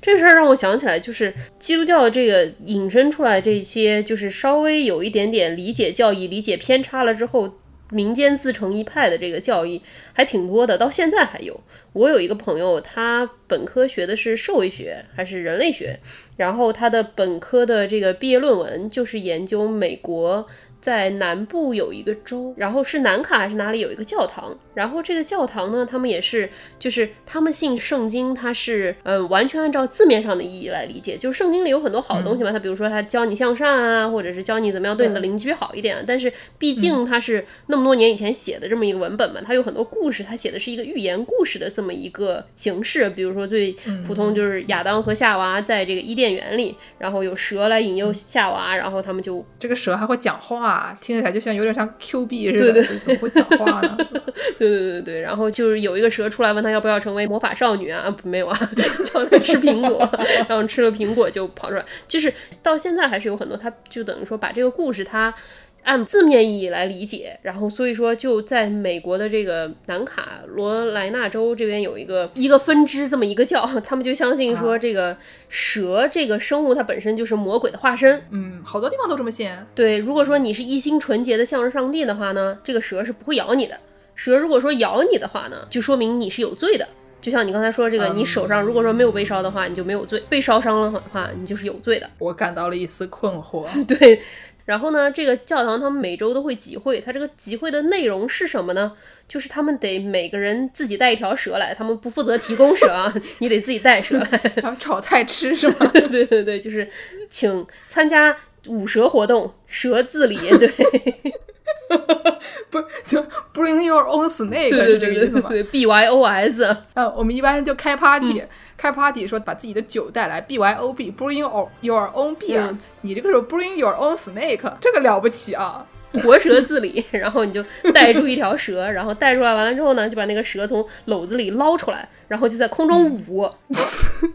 Speaker 2: 这事儿让我想起来，就是基督教这个引申出来这些，就是稍微有一点点理解教义、理解偏差了之后，民间自成一派的这个教义还挺多的，到现在还有。我有一个朋友，他本科学的是社会学还是人类学，然后他的本科的这个毕业论文就是研究美国在南部有一个州，然后是南卡还是哪里有一个教堂，然后这个教堂呢，他们也是就是他们信圣经，它是嗯完全按照字面上的意义来理解，就是圣经里有很多好东西嘛，它比如说它教你向善啊，或者是教你怎么样对你的
Speaker 1: 对
Speaker 2: 邻居好一点啊，但是毕竟它是那么多年以前写的这么一个文本嘛，它有很多故事，它写的是一个寓言故事的这么一个形式，比如说最普通就是亚当和夏娃在这个伊甸园里，然后有蛇来引诱夏娃，然后他们就
Speaker 1: 这个蛇还会讲话话，听起来就像有点像 Q 币似
Speaker 2: 对
Speaker 1: 的，
Speaker 2: 对
Speaker 1: 就是怎么会讲话呢？对吧
Speaker 2: 对对对对，然后就是有一个蛇出来问他要不要成为魔法少女啊，不没有啊，叫他吃苹果，然后吃了苹果就跑出来，就是到现在还是有很多，他就等于说把这个故事他。按字面意义来理解，然后所以说就在美国的这个南卡罗来纳州这边有一个一个分支这么一个教，他们就相信说
Speaker 1: 啊
Speaker 2: 这个蛇这个生物它本身就是魔鬼的化身，
Speaker 1: 嗯，好多地方都这么信。
Speaker 2: 对，如果说你是一心纯洁的向着上帝的话呢，这个蛇是不会咬你的。蛇如果说咬你的话呢，就说明你是有罪的。就像你刚才说这个，你手上如果说没有被烧的话，你就没有罪；被烧伤了的话，你就是有罪的。
Speaker 1: 我感到了一丝困惑。
Speaker 2: 对。然后呢，这个教堂他们每周都会集会，他这个集会的内容是什么呢？就是他们得每个人自己带一条蛇来，他们不负责提供蛇啊， 你得自己带蛇来。
Speaker 1: 然后炒菜吃是吗？
Speaker 2: 对对对，就是请参加舞蛇活动，蛇自理。对，
Speaker 1: 不是，就 bring your own snake
Speaker 2: 对对
Speaker 1: 是这个意
Speaker 2: 对对
Speaker 1: 思
Speaker 2: 对嗯
Speaker 1: 吗？
Speaker 2: 对，B Y O S，
Speaker 1: 呃，我们一般人就开 party，、开 party 说把自己的酒带来，B Y O B，bring your your own beer、
Speaker 2: 嗯
Speaker 1: 你这个时候 bring your own snake，这个了不起啊！
Speaker 2: 活蛇自理。然后你就带出一条蛇，然后带出来完了之后呢，就把那个蛇从篓子里捞出来，然后就在空中舞。
Speaker 1: 嗯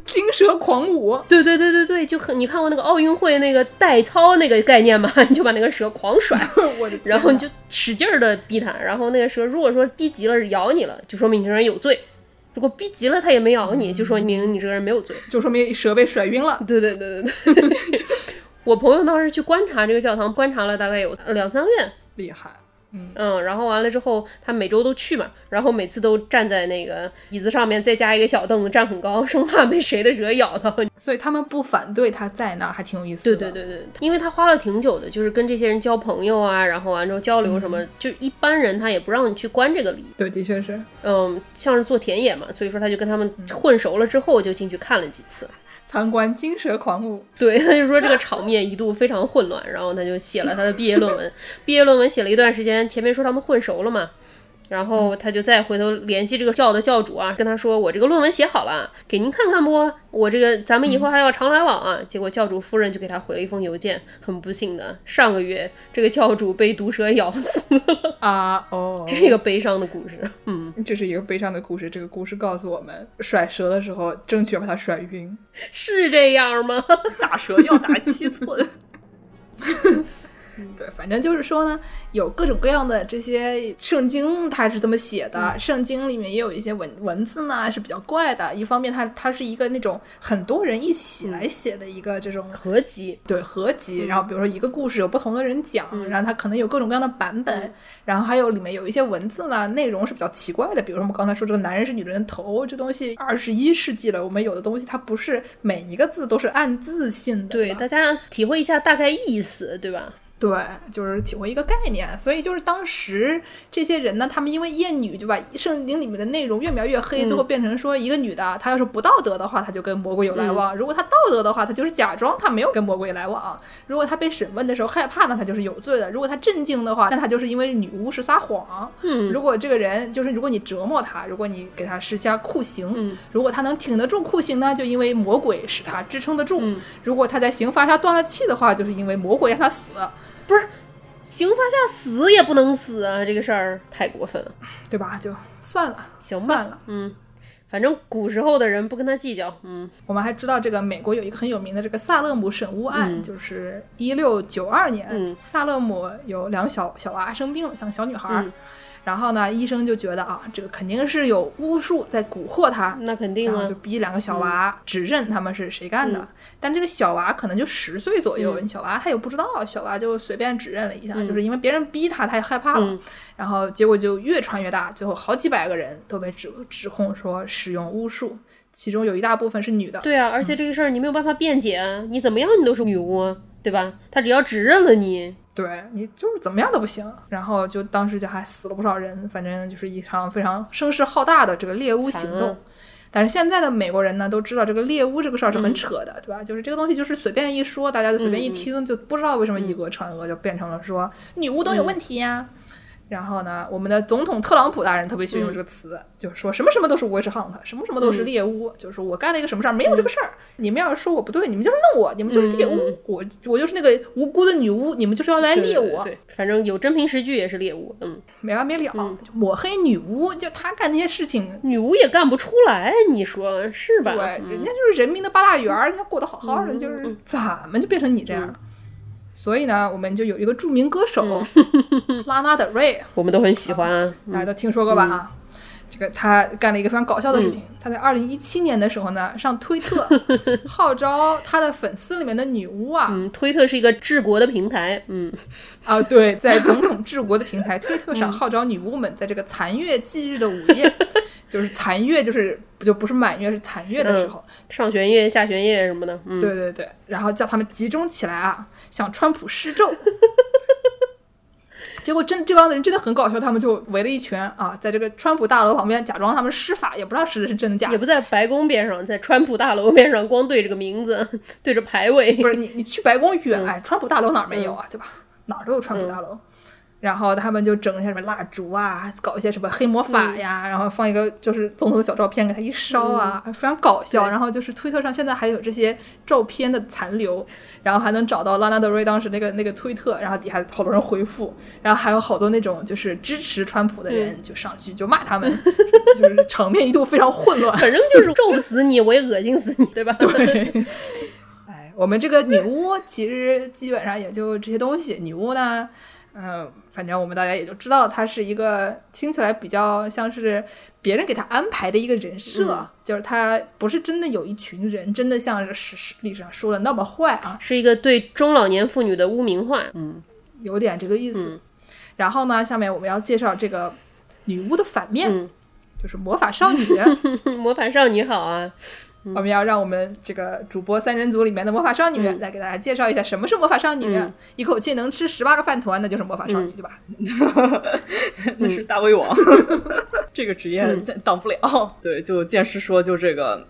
Speaker 1: 金蛇狂舞，
Speaker 2: 对对对对对，就很你看过那个奥运会那个带操那个概念吗？ 你就把那个蛇狂甩，
Speaker 1: 我的天
Speaker 2: 然后你
Speaker 1: 哪
Speaker 2: 就使劲儿的逼它，然后那个蛇如果说逼急了咬你了，就说明你这人有罪。如果逼急了它也没咬你，就说明你这个人没有罪。
Speaker 1: 就说明蛇被甩晕了。
Speaker 2: 对对对对对。 我朋友当时去观察这个教堂，观察了大概有两三个月，
Speaker 1: 厉害，
Speaker 2: 嗯，然后完了之后，他每周都去嘛，然后每次都站在那个椅子上面，再加一个小凳子，站很高， 生怕被谁的蛇咬到。
Speaker 1: 所以他们不反对他在那儿，还挺有意思
Speaker 2: 对
Speaker 1: 的。
Speaker 2: 对对对，因为他花了挺久的，就是跟这些人交朋友啊，然后完之后交流什么，就一般人他也不让你去观这个礼，
Speaker 1: 对，的确是。
Speaker 2: 嗯，像是做田野嘛，所以说他就跟他们混熟了之后，就进去看了几次。
Speaker 1: 参观金蛇狂舞，
Speaker 2: 对，他就说这个场面一度非常混乱，然后他就写了他的毕业论文。毕业论文写了一段时间，前面说他们混熟了嘛，然后他就再回头联系这个教的教主啊，跟他说我这个论文写好了，给您看看不？我这个咱们以后还要常来往啊。结果教主夫人就给他回了一封邮件，很不幸的，上个月这个教主被毒蛇咬死了，
Speaker 1: 啊哦，
Speaker 2: 这是一个悲伤的故事。嗯，
Speaker 1: 这是一个悲伤的故事。这个故事告诉我们，甩蛇的时候正确把它甩晕。
Speaker 2: 是这样吗？
Speaker 4: 打蛇要打七寸，
Speaker 1: 对，反正就是说呢，有各种各样的这些圣经，它是这么写的。圣经里面也有一些文文字呢是比较怪的。一方面它，它是一个那种很多人一起来写的一个这种
Speaker 2: 合集。
Speaker 1: 对合集，然后比如说一个故事有不同的人讲，然后它可能有各种各样的版本，然后还有里面有一些文字呢，内容是比较奇怪的，比如说我们刚才说这个男人是女人的头，这东西二十一世纪了，我们有的东西它不是每一个字都是按字信的，
Speaker 2: 对，
Speaker 1: 吧
Speaker 2: 大家体会一下大概意思，对吧？
Speaker 1: 对，就是体会一个概念。所以就是当时这些人呢，他们因为厌女，就把圣经里面的内容越描越
Speaker 2: 嗯
Speaker 1: 黑，最后变成说一个女的，她要是不道德的话，她就跟魔鬼有
Speaker 2: 嗯
Speaker 1: 来往；如果她道德的话，她就是假装她没有跟魔鬼来往；如果她被审问的时候害怕呢，她就是有罪的；如果她震惊的话，那她就是因为女巫是撒谎。
Speaker 2: 嗯
Speaker 1: 如果这个人就是如果你折磨他，如果你给他施加酷刑，
Speaker 2: 嗯
Speaker 1: 如果他能挺得住酷刑呢，就因为魔鬼使他支撑得住；
Speaker 2: 嗯
Speaker 1: 如果他在刑罚下断了气的话，就是因为魔鬼让他死。
Speaker 2: 不是，刑罚下死也不能死啊！这个事儿太过分了。
Speaker 1: 对吧？就算了，
Speaker 2: 行吧
Speaker 1: 算了。
Speaker 2: 嗯，反正古时候的人不跟他计较。嗯，
Speaker 1: 我们还知道这个美国有一个很有名的这个萨勒姆审巫案，就是一六九二年，
Speaker 2: 嗯
Speaker 1: 萨勒姆有两个小小娃生病了，像小女孩儿。
Speaker 2: 嗯
Speaker 1: 然后呢，医生就觉得啊，这个肯定是有巫术在蛊惑他，
Speaker 2: 那肯定
Speaker 1: 然后
Speaker 2: 啊嗯
Speaker 1: 就。逼两个小娃指认他们是谁干的。但这个小娃可能就十岁左右，你小娃他也不知道，小娃就随便指认了一下，就是因为别人逼他，他也害怕了。
Speaker 2: 嗯
Speaker 1: 然后结果就越传越大，最后好几百个人都被指指控说使用巫术，其中有一大部分是女的。
Speaker 2: 对啊，而且这个事儿你没有办法辩解啊，你怎么样你都是女巫啊，对吧？他只要指认了你，
Speaker 1: 对你就是怎么样都不行。然后就当时就还死了不少人，反正就是一场非常声势浩大的这个猎巫行
Speaker 2: 惨
Speaker 1: 动
Speaker 2: 啊。
Speaker 1: 但是现在的美国人呢，都知道这个猎巫这个事儿是很扯的，对吧？就是这个东西就是随便一说，大家就随便一听，就不知道为什么以讹传讹，就变成了说女巫都有问题呀、然后呢，我们的总统特朗普大人特别喜欢
Speaker 2: 嗯
Speaker 1: 用这个词，就是说什么什么都是 witch hunt，什么什么都是猎巫，就是我干了一个什么事儿，没有这个事
Speaker 2: 嗯
Speaker 1: 儿，你们要是说我不对，你们就是弄我，你们就是猎巫，我我就是那个无辜的女巫，你们就是要来猎啊我，
Speaker 2: 对，对反正有真凭实据也是猎物，嗯，
Speaker 1: 没完没了，就抹黑女巫，就她干那些事情，
Speaker 2: 女巫也干不出来，你说是吧？
Speaker 1: 对，
Speaker 2: 嗯
Speaker 1: 人家就是人民的八大员儿，人家过得好好的，就是怎么就变成你这样了？
Speaker 2: 嗯
Speaker 1: 所以呢，我们就有一个著名歌手
Speaker 2: 嗯
Speaker 1: 拉娜德瑞，
Speaker 2: 我们都很喜欢啊，
Speaker 1: 大家都听说过吧？啊，这个他干了一个非常搞笑的事
Speaker 2: 嗯
Speaker 1: 情，他在二零一七年的时候呢，上推 特号召他的粉丝里面的女巫啊、
Speaker 2: 嗯，推特是一个治国的平台，嗯，
Speaker 1: 啊，对，在总统治国的平台推特上号召女巫们在这个残月忌日的午 夜，就是残月就是就不是满月是残月的时候，
Speaker 2: 上弦月、下弦月什么的，嗯，
Speaker 1: 对对对，然后叫他们集中起来啊，向川普施 咒。结果真这帮人真的很搞笑，他们就围了一圈啊，在这个川普大楼旁边假装他们施法，也不知道施的是真的假
Speaker 2: 也
Speaker 1: 的。
Speaker 2: 不在白宫边上，在川普大楼边上，光对这个名字， 对着牌位，
Speaker 1: 不是你你去白宫远，哎，川普大楼哪儿没有啊？对吧？哪儿都有川普大楼。然后他们就整一些什么蜡烛啊，搞一些什么黑魔法呀，然后放一个就是总统的小照片给他一烧啊，非常搞笑。
Speaker 2: 对
Speaker 1: 然后就是推特上现在还有这些照片的残留，然后还能找到拉拉德瑞当时那个那个推特，然后底下好多人回复，然后还有好多那种就是支持川普的人就上去就骂他们， 就是场面一度非常混 乱。
Speaker 2: 反正就是咒死你，我也恶心死你，对吧？
Speaker 1: 对， 哎，我们这个女巫其实基本上也就这些东西。女巫呢，嗯、反正我们大家也就知道，她是一个听起来比较像是别人给她安排的一个人设，就是她不是真的有一群人真的像是史史历史上说的那么坏啊，
Speaker 2: 是一个对中老年妇女的污名化，嗯，
Speaker 1: 有点这个意思。然后呢，下面我们要介绍这个女巫的反面，
Speaker 2: 嗯
Speaker 1: 就是魔法少女。
Speaker 2: 魔法少女好啊，
Speaker 1: 我们要让我们这个主播三人组里面的魔法少女、
Speaker 2: 嗯
Speaker 1: 来给大家介绍一下什么是魔法少女，一口气能吃十八个饭团，那就是魔法少女，
Speaker 2: 嗯
Speaker 1: 对吧？
Speaker 4: 那是大胃王，这个职业挡挡不了。对，就剑师说，就这个。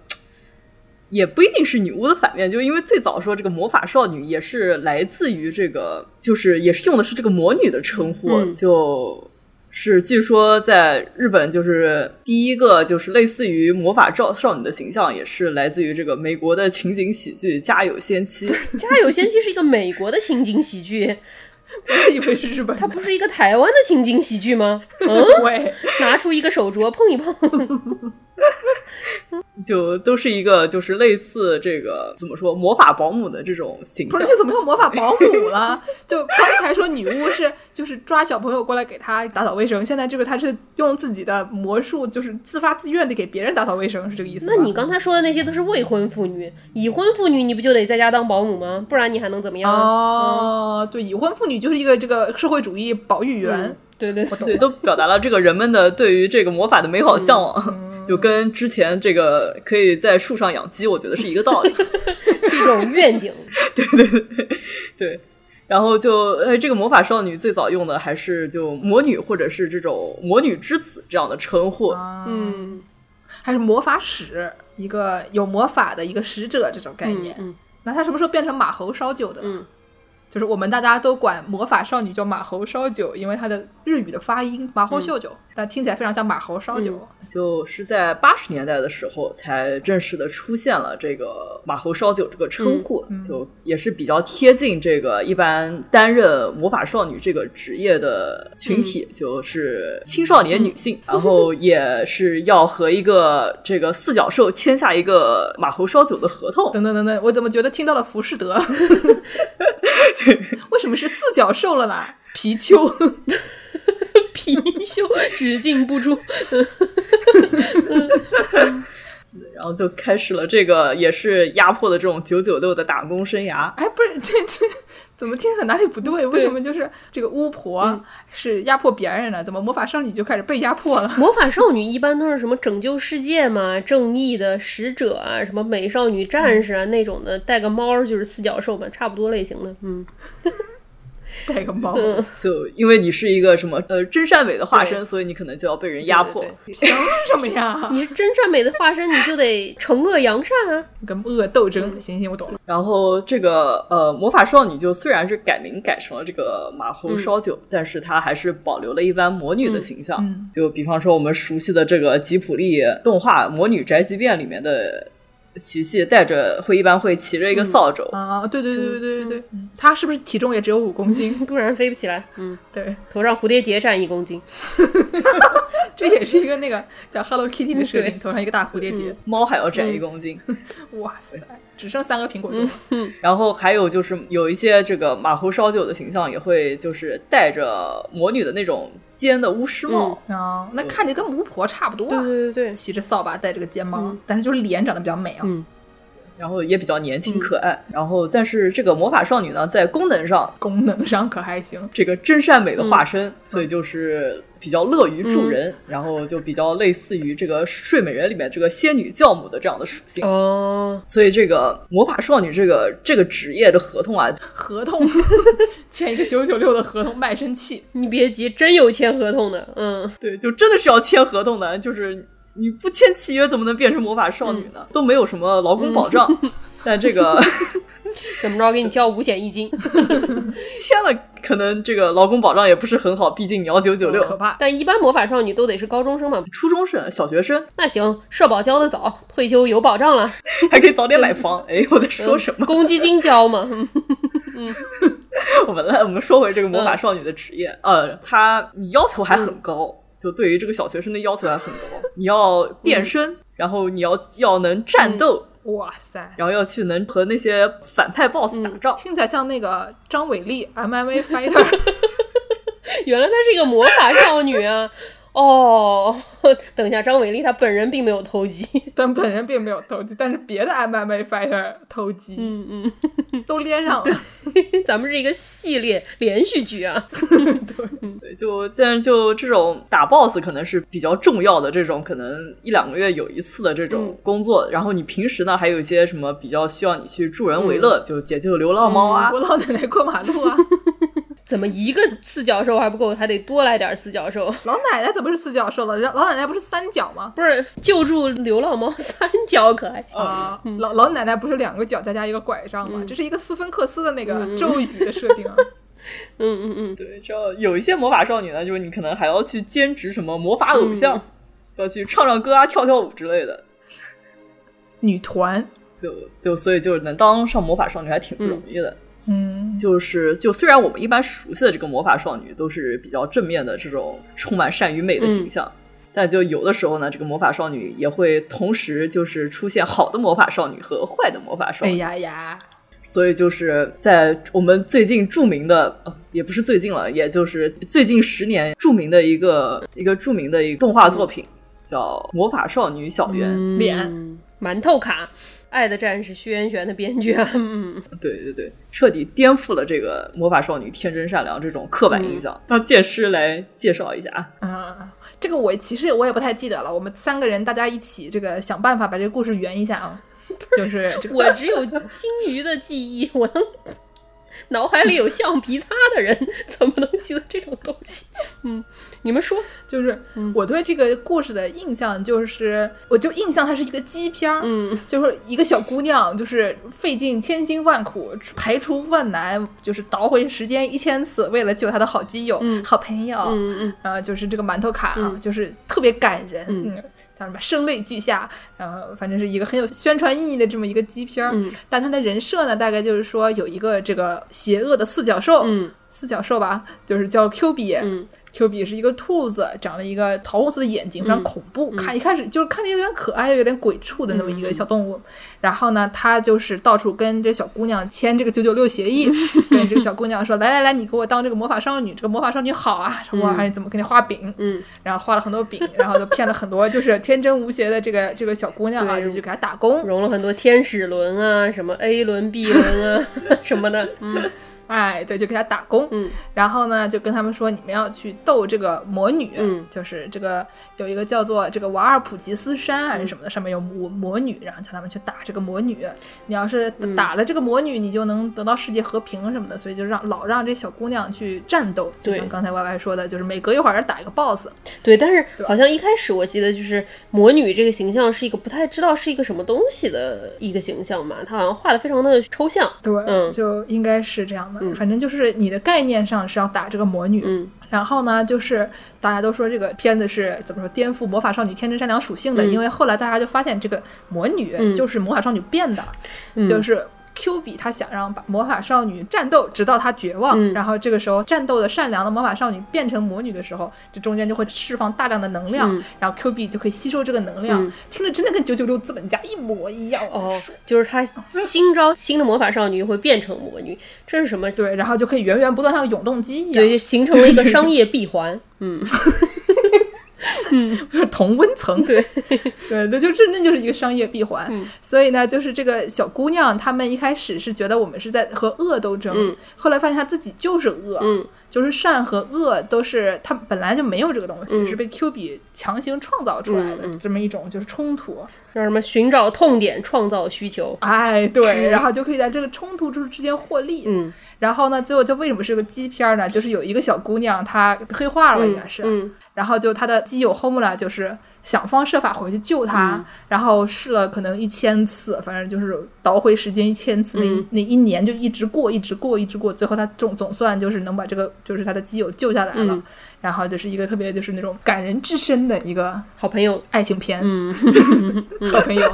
Speaker 4: 也不一定是女巫的反面，就因为最早说这个魔法少女也是来自于这个，就是也是用的是这个魔女的称呼，
Speaker 2: 嗯
Speaker 4: 就是据说在日本就是第一个就是类似于魔法少少女的形象，也是来自于这个美国的情景喜剧《家有仙妻》。
Speaker 2: 《家有仙妻》是一个美国的情景喜剧，
Speaker 1: 我以为是日本
Speaker 2: 它
Speaker 1: 的，
Speaker 2: 不是一个台湾的情景喜剧吗？嗯，
Speaker 1: 喂，
Speaker 2: 拿出一个手镯碰一碰，
Speaker 4: 就都是一个就是类似这个怎么说魔法保姆的这种形
Speaker 1: 不
Speaker 4: 象
Speaker 1: 是，你怎么又魔法保姆了？ 就刚才说女巫是就是抓小朋友过来给他打扫卫生，现在这个她是用自己的魔术，就是自发自愿的给别人打扫卫生，是这个意思吗？
Speaker 2: 那你刚才说的那些都是未婚妇女，已婚妇女你不就得在家当保姆吗？不然你还能怎么样？
Speaker 1: 哦，对，已婚妇女就是一个这个社会主义保育员。
Speaker 2: 嗯对 对
Speaker 1: 我懂
Speaker 4: 对，
Speaker 1: 了，
Speaker 4: 都表达了这个人们的对于这个魔法的美好向往， 就跟之前这个可以在树上养鸡，我觉得是一个道理。
Speaker 2: 一种愿景，
Speaker 4: 对，然后就呃，这个魔法少女最早用的还是就魔女或者是这种魔女之子这样的称呼。
Speaker 1: 啊
Speaker 2: 嗯
Speaker 1: 还是魔法使，一个有魔法的一个使者这种概
Speaker 2: 嗯
Speaker 1: 念。
Speaker 2: 嗯，
Speaker 1: 那他什么时候变成马猴烧酒的呢？
Speaker 2: 嗯
Speaker 1: 就是我们大家都管魔法少女叫马猴烧酒，因为它的日语的发音马猴秀酒，但听起来非常像马猴烧酒。
Speaker 4: 就是在八十年代的时候才正式的出现了这个马猴烧酒这个称
Speaker 2: 嗯
Speaker 4: 呼，就也是比较贴近这个一般担任魔法少女这个职业的群
Speaker 2: 嗯
Speaker 4: 体，就是青少年女性， 然后也是要和一个这个四角兽签下一个马猴烧酒的合同。
Speaker 1: 等等等等，我怎么觉得听到了浮士德？为什么是四角兽了呢？貔貅，
Speaker 2: 嗯 貔貅只进不出，
Speaker 4: 然后就开始了这个也是压迫的这种九九六的打工生涯。
Speaker 1: 哎，不是这这怎么听起来哪里不对？为什么就是这个巫婆是压迫别人了？怎么魔法少女就开始被压迫 了？
Speaker 2: 魔法少女一般都是什么拯救世界嘛，正义的使者啊，什么美少女战士啊那种的，带个猫儿就是四脚兽嘛，差不多类型的。嗯，
Speaker 1: 盖个猫，
Speaker 4: 就因为你是一个什么呃真善美的化身，
Speaker 2: 对
Speaker 4: 所以你可能就要被人压迫。
Speaker 2: 对对
Speaker 1: 凭什么呀？
Speaker 2: 你是真善美的化身，你就得惩恶扬善啊！
Speaker 1: 跟恶斗争，行行，我懂了。
Speaker 4: 然后这个呃魔法少女就虽然是改名改成了这个马猴烧酒，但是她还是保留了一般魔女的形象。
Speaker 1: 嗯
Speaker 4: 就比方说我们熟悉的这个吉普力动画《魔女宅急便》里面的琪琪，带着会一般会骑着一个扫帚。
Speaker 1: 啊，对对对对对对对，他是不是体重也只有五公 斤？
Speaker 2: 不然飞不起来。嗯，
Speaker 1: 对，
Speaker 2: 头上蝴蝶结占一公斤，
Speaker 1: 这也是一个那个叫 Hello Kitty 的设定，
Speaker 2: 对
Speaker 1: 头上一个大蝴蝶结。
Speaker 4: 猫还要占一公斤，
Speaker 1: 哇塞，只剩三个苹果钟了。
Speaker 4: 然后还有就是有一些这个马猴烧酒的形象也会就是戴着魔女的那种尖的巫师帽，
Speaker 1: 啊，那看着跟巫婆差不多
Speaker 2: 对
Speaker 1: 啊。
Speaker 2: 对对对，
Speaker 1: 骑着扫把，戴着个睫毛，但是就是脸长得比较美啊。
Speaker 2: 嗯
Speaker 4: 然后也比较年轻可爱。然后但是这个魔法少女呢，在功能上
Speaker 1: 功能上可还行。
Speaker 4: 这个真善美的
Speaker 1: 嗯
Speaker 4: 化身，所以就是比较乐于助人，然后就比较类似于这个《睡美人》里面这个仙女教母的这样的属性。
Speaker 2: 哦，
Speaker 4: 所以这个魔法少女这个这个职业的合同啊，
Speaker 1: 合同签一个九九六的合同卖身契，
Speaker 2: 你别急，真有签合同的，嗯，
Speaker 4: 对，就真的是要签合同的，就是你不签契约怎么能变成魔法少女呢？
Speaker 1: 嗯
Speaker 4: 都没有什么劳工 保障，但这个
Speaker 2: 怎么着给你交五险一 金，
Speaker 4: 签了，可能这个劳工保障也不是很好，毕竟你要九九
Speaker 1: 哦可
Speaker 4: 六，
Speaker 1: 怕。
Speaker 2: 但一般魔法少女都得是高中生嘛。
Speaker 4: 初中生、小学生
Speaker 2: 那行，社保交的早，退休有保障了。嗯
Speaker 4: 还可以早点买房。
Speaker 1: 嗯
Speaker 4: 哎，我在说什么？
Speaker 2: 公积金交嘛，嗯
Speaker 4: 我们来，我们说回这个魔法少女的职业，呃，她你要求还很高，就对于这个小学生的要求还很高，你要变身，然后你要要能战斗，
Speaker 1: 哇塞，
Speaker 4: 然后要去能和那些反派 BOSS 打仗。
Speaker 1: 听起来像那个张伟丽 MMA Fighter，
Speaker 2: 原来她是一个魔法少女啊。 哦，等一下，张伟丽她本人并没有偷鸡。
Speaker 1: 但本人并没有投机，但是别的 MMA Fighter 投机，嗯嗯，都连上了。
Speaker 2: 咱们是一个系列连续剧啊。
Speaker 4: 对，就既然就这种打 BOSS 可能是比较重要的这种，可能一两个月有一次的这种工作，然后你平时呢还有一些什么比较需要你去助人为乐，就解救流浪猫啊，
Speaker 1: 我老奶奶过马路啊，
Speaker 2: 怎么一个四脚兽还不够，还得多来点四脚兽？
Speaker 1: 老奶奶怎么是四脚兽了？人老奶奶不是三脚吗？
Speaker 2: 不是救助流浪猫三脚可还行？
Speaker 1: 啊，老老奶奶不是两个脚再加一个拐杖吗？这是一个斯芬克斯的那个咒语的设定啊。
Speaker 2: 嗯嗯嗯，
Speaker 4: 对，这有一些魔法少女呢，就是你可能还要去兼职什么魔法偶像，就要去唱唱歌啊、跳跳舞之类的，
Speaker 1: 女团，
Speaker 4: 就就所以就是能当上魔法少女还挺不容易的。
Speaker 1: 嗯，
Speaker 4: 就是就虽然我们一般熟悉的这个魔法少女都是比较正面的这种充满善与美的形象。但就有的时候呢，这个魔法少女也会同时就是出现好的魔法少女和坏的魔法少
Speaker 1: 哎
Speaker 4: 女，
Speaker 1: 呀呀，
Speaker 4: 所以就是在我们最近著名的，呃也不是最近了，也就是最近十年著名的一个一个著名的一个动画作品，叫《魔法少女小圆》。
Speaker 1: 脸
Speaker 2: 嗯馒头卡，《爱的战士》薛元玄的编剧啊。 嗯，
Speaker 4: 对对对，彻底颠覆了这个魔法少女天真善良这种刻板印象。让剑师来介绍一下啊。
Speaker 1: 啊，这个我其实我也不太记得了。我们三个人大家一起这个想办法把这个故事圆一下啊，就是这个
Speaker 2: 我只有金鱼的记忆， 我能脑海里有橡皮擦的人， 怎么能记得这种东西？嗯，你们说，
Speaker 1: 就是
Speaker 2: 嗯
Speaker 1: 我对这个故事的印象就是，我就印象它是一个鸡片儿，
Speaker 2: 嗯，
Speaker 1: 就是一个小姑娘，就是费尽千辛万苦，排除万难，就是倒回时间一千次，为了救她的好基友、好朋友，
Speaker 2: 嗯嗯，
Speaker 1: 呃，就是这个馒头卡啊，就是特别感人，
Speaker 2: 嗯
Speaker 1: 嗯，叫什么声泪俱下，然后反正是一个很有宣传意义的这么一个鸡片儿。
Speaker 2: 嗯
Speaker 1: 但它的人设呢，大概就是说有一个这个邪恶的四脚兽，
Speaker 2: 嗯
Speaker 1: 四脚兽吧，就是叫 Q 比，
Speaker 2: 嗯
Speaker 1: Q 比是一个兔子，长了一个桃红色的眼睛，非常
Speaker 2: 嗯
Speaker 1: 恐怖。看一开始就是看着有点可爱，有点鬼畜的那么
Speaker 2: 嗯
Speaker 1: 一个小动物。然后呢，他就是到处跟这小姑娘签这个九九六协 议，跟这个小姑娘说：“来来来，你给我当这个魔法少女，这个魔法少女好啊，什么还怎么给你画饼？”
Speaker 2: 嗯，
Speaker 1: 然后画了很多饼，然后就骗了很多就是天真无邪的这个这个小姑娘啊，
Speaker 2: 对
Speaker 1: 就去给她打工。
Speaker 2: 融了很多天使轮啊，什么 A 轮、B 轮啊什么的，嗯
Speaker 1: 哎，对，就给他打工。
Speaker 2: 嗯，
Speaker 1: 然后呢，就跟他们说你们要去斗这个魔女，
Speaker 2: 嗯
Speaker 1: 就是这个有一个叫做这个瓦尔普吉斯山还是什么的，上面有魔魔女，然后叫他们去打这个魔女。你要是
Speaker 2: 嗯
Speaker 1: 打了这个魔女，你就能得到世界和平什么的，所以就让老让这小姑娘去战斗，就
Speaker 2: 对
Speaker 1: 像刚才 Y Y 说的，就是每隔一会儿打一个 BOSS。
Speaker 2: 对，但是
Speaker 1: 对吧
Speaker 2: 好像一开始我记得就是魔女这个形象是一个不太知道是一个什么东西的一个形象嘛，她好像画的非常的抽象。
Speaker 1: 对，
Speaker 2: 嗯
Speaker 1: 就应该是这样的。
Speaker 2: 嗯
Speaker 1: 反正就是你的概念上是要打这个魔女，
Speaker 2: 嗯
Speaker 1: 然后呢，就是大家都说这个片子是怎么说颠覆魔法少女天真善良属性的，
Speaker 2: 嗯
Speaker 1: 因为后来大家就发现这个魔女
Speaker 2: 嗯
Speaker 1: 就是魔法少女变的，
Speaker 2: 嗯
Speaker 1: 就是 Q 比他想让把魔法少女战斗，直到她绝望。
Speaker 2: 嗯
Speaker 1: 然后这个时候，战斗的善良的魔法少女变成魔女的时候，这中间就会释放大量的能量，
Speaker 2: 嗯
Speaker 1: 然后 Q 比就可以吸收这个能量。
Speaker 2: 嗯
Speaker 1: 听着真的跟九九六资本家一模一样
Speaker 2: 哦，就是她新招新的魔法少女会变成魔女，这是什么？
Speaker 1: 对，然后就可以源源不断像永动机一样，
Speaker 2: 对，就形成了一个商业闭环。嗯，
Speaker 1: 就是 同温层。
Speaker 2: 对，
Speaker 1: 对，那就真正就是一个商业闭环。
Speaker 2: 嗯
Speaker 1: 所以呢，就是这个小姑娘，她们一开始是觉得我们是在和恶斗争，
Speaker 2: 嗯
Speaker 1: 后来发现她自己就是恶，
Speaker 2: 嗯
Speaker 1: 就是善和恶都是她本来就没有这个东西，
Speaker 2: 嗯
Speaker 1: 是被 Q 比强行创造出来的、
Speaker 2: 嗯嗯
Speaker 1: 这么一种就是冲突。
Speaker 2: 叫什么？寻找痛点，创造需求。
Speaker 1: 哎，对，然后就可以在这个冲突之之间获利。
Speaker 2: 嗯，
Speaker 1: 然后呢，最后就为什么是个鸡片儿呢？就是有一个小姑娘，她黑化了，应啊该是，
Speaker 2: 嗯
Speaker 1: 然后就他的基友 Homura 就是想方设法回去救他，
Speaker 2: 嗯
Speaker 1: 然后试了可能一千次，反正就是倒回时间一千次，那、
Speaker 2: 嗯
Speaker 1: 那一年就一直过，一直过，一直过，最后他总总算就是能把这个就是他的基友救下来了，
Speaker 2: 嗯
Speaker 1: 然后就是一个特别就是那种感人至深的一个
Speaker 2: 好朋友。
Speaker 1: 爱情片，
Speaker 2: 嗯
Speaker 1: 好朋友，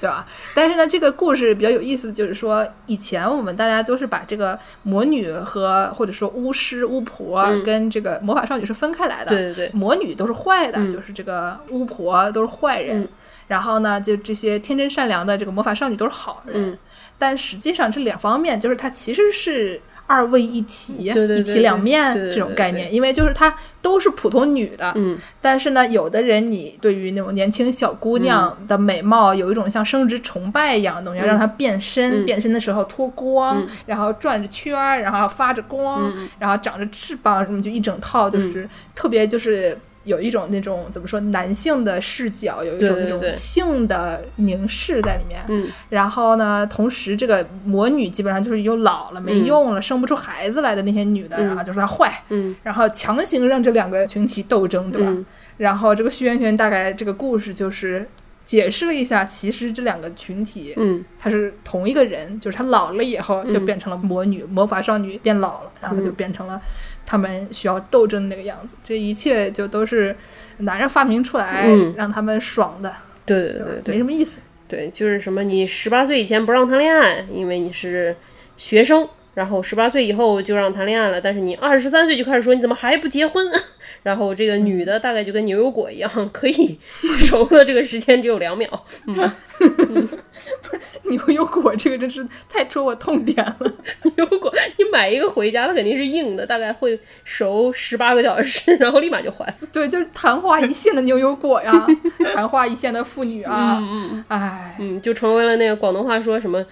Speaker 1: 对吧？但是呢，这个故事比较有意思，就是说以前我们大家都是把这个魔女和或者说巫师、巫婆、
Speaker 2: 嗯
Speaker 1: 跟这个魔法少女是分开来的，
Speaker 2: 对对对
Speaker 1: 魔女都是坏的，
Speaker 2: 嗯
Speaker 1: 就是这个巫婆都是坏人，
Speaker 2: 嗯
Speaker 1: 然后呢，就这些天真善良的这个魔法少女都是好人，
Speaker 2: 嗯
Speaker 1: 但实际上这两方面就是它其实是。二位一体，
Speaker 2: 对对对
Speaker 1: 一体两面
Speaker 2: 对对对
Speaker 1: 这种概
Speaker 2: 对
Speaker 1: 念，因为就是它都是普通女的，
Speaker 2: 嗯
Speaker 1: 但是呢，有的人你对于那种年轻小姑娘的美貌有一种像生殖崇拜一样的东西，要让她变身，
Speaker 2: 嗯
Speaker 1: 变身的时候脱光，
Speaker 2: 嗯
Speaker 1: 然后转着圈儿，然后发着光，
Speaker 2: 嗯
Speaker 1: 然后长着翅膀什么，就一整套，就是、特别就是。有一种那种怎么说男性的视角，有一种
Speaker 2: 对对
Speaker 1: 那种
Speaker 2: 对
Speaker 1: 性的凝视在里面。
Speaker 2: 嗯
Speaker 1: 然后呢，同时这个魔女基本上就是又老了、没
Speaker 2: 嗯
Speaker 1: 用了、生不出孩子来的那些女的，
Speaker 2: 嗯
Speaker 1: 然后就说她坏，
Speaker 2: 嗯
Speaker 1: 然后强行让这两个群体斗争，对吧？
Speaker 2: 嗯
Speaker 1: 然后这个徐媛媛大概这个故事就是解释了一下，其实这两个群体
Speaker 2: 嗯
Speaker 1: 他是同一个人，就是他老了以后就变成了魔
Speaker 2: 嗯
Speaker 1: 女、魔法少女变老了，然后就变成了他们需要斗争的那个样子。这一切就都是男人发明出来、
Speaker 2: 嗯
Speaker 1: 让他们爽的，
Speaker 2: 对对
Speaker 1: 吧
Speaker 2: 对
Speaker 1: 没
Speaker 2: 对
Speaker 1: 什么意思。
Speaker 2: 对，就是什么？你十八岁以前不让谈恋爱，因为你是学生。然后十八岁以后就让谈恋爱了，但是你二十三岁就开始说你怎么还不结婚？ 然后这个女的大概就跟牛油果一样，可以熟的这个时间只有两秒。
Speaker 1: 牛油果这个真是太戳我痛点了。
Speaker 2: 牛油果你买一个回家，它肯定是硬的，大概会熟十八个小时， 然后立马就坏。
Speaker 1: 对，就是昙花一现的牛油果呀， 昙花一现的妇女啊，哎，
Speaker 2: 嗯，就成为了那个广东话说什么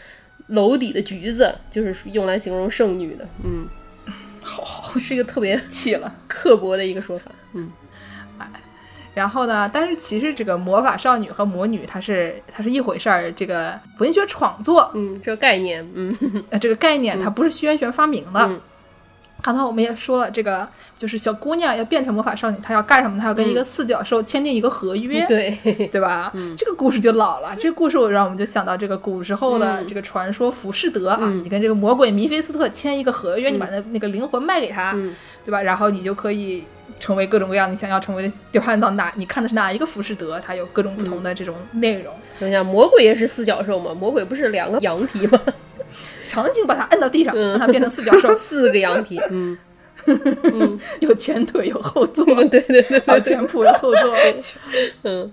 Speaker 2: 楼底的橘子，就是用来形容剩女的。嗯，
Speaker 1: 好好
Speaker 2: 是一个特别
Speaker 1: 气了。
Speaker 2: 刻薄的一个说法。嗯
Speaker 1: 然后呢，但是其实这个魔法少女和魔女，它是它是一回事儿。这个文学创作，
Speaker 2: 嗯，这个概念，嗯
Speaker 1: 呃，这个概念它不是徐元玄发明的。
Speaker 2: 嗯
Speaker 1: 刚才我们也说了，这个就是小姑娘要变成魔法少女，她要干什么？她
Speaker 2: 嗯
Speaker 1: 要跟一个四角兽签订一个合约，
Speaker 2: 对，
Speaker 1: 对吧？
Speaker 2: 嗯
Speaker 1: 这个故事就老了。这个故事我让我们就想到这个古时候的
Speaker 2: 嗯
Speaker 1: 这个传说浮士德啊，你跟这个魔鬼弥菲斯特签一个合约，你把那那个灵魂卖给他，
Speaker 2: 嗯
Speaker 1: 对吧？然后你就可以成为各种各样你想要成为的就按照哪你看的是哪一个浮士德，它有各种不
Speaker 2: 嗯
Speaker 1: 同的这种内容，
Speaker 2: 等一下，魔鬼也是四角兽吗？魔鬼不是两个羊蹄吗？
Speaker 1: 强行把它摁到地上，
Speaker 2: 嗯，
Speaker 1: 让它变成四脚兽
Speaker 2: 四个羊蹄， 嗯，
Speaker 1: 有前腿有后座，
Speaker 2: 对
Speaker 1: 有
Speaker 2: 对对对对，
Speaker 1: 前仆有后座。
Speaker 2: 嗯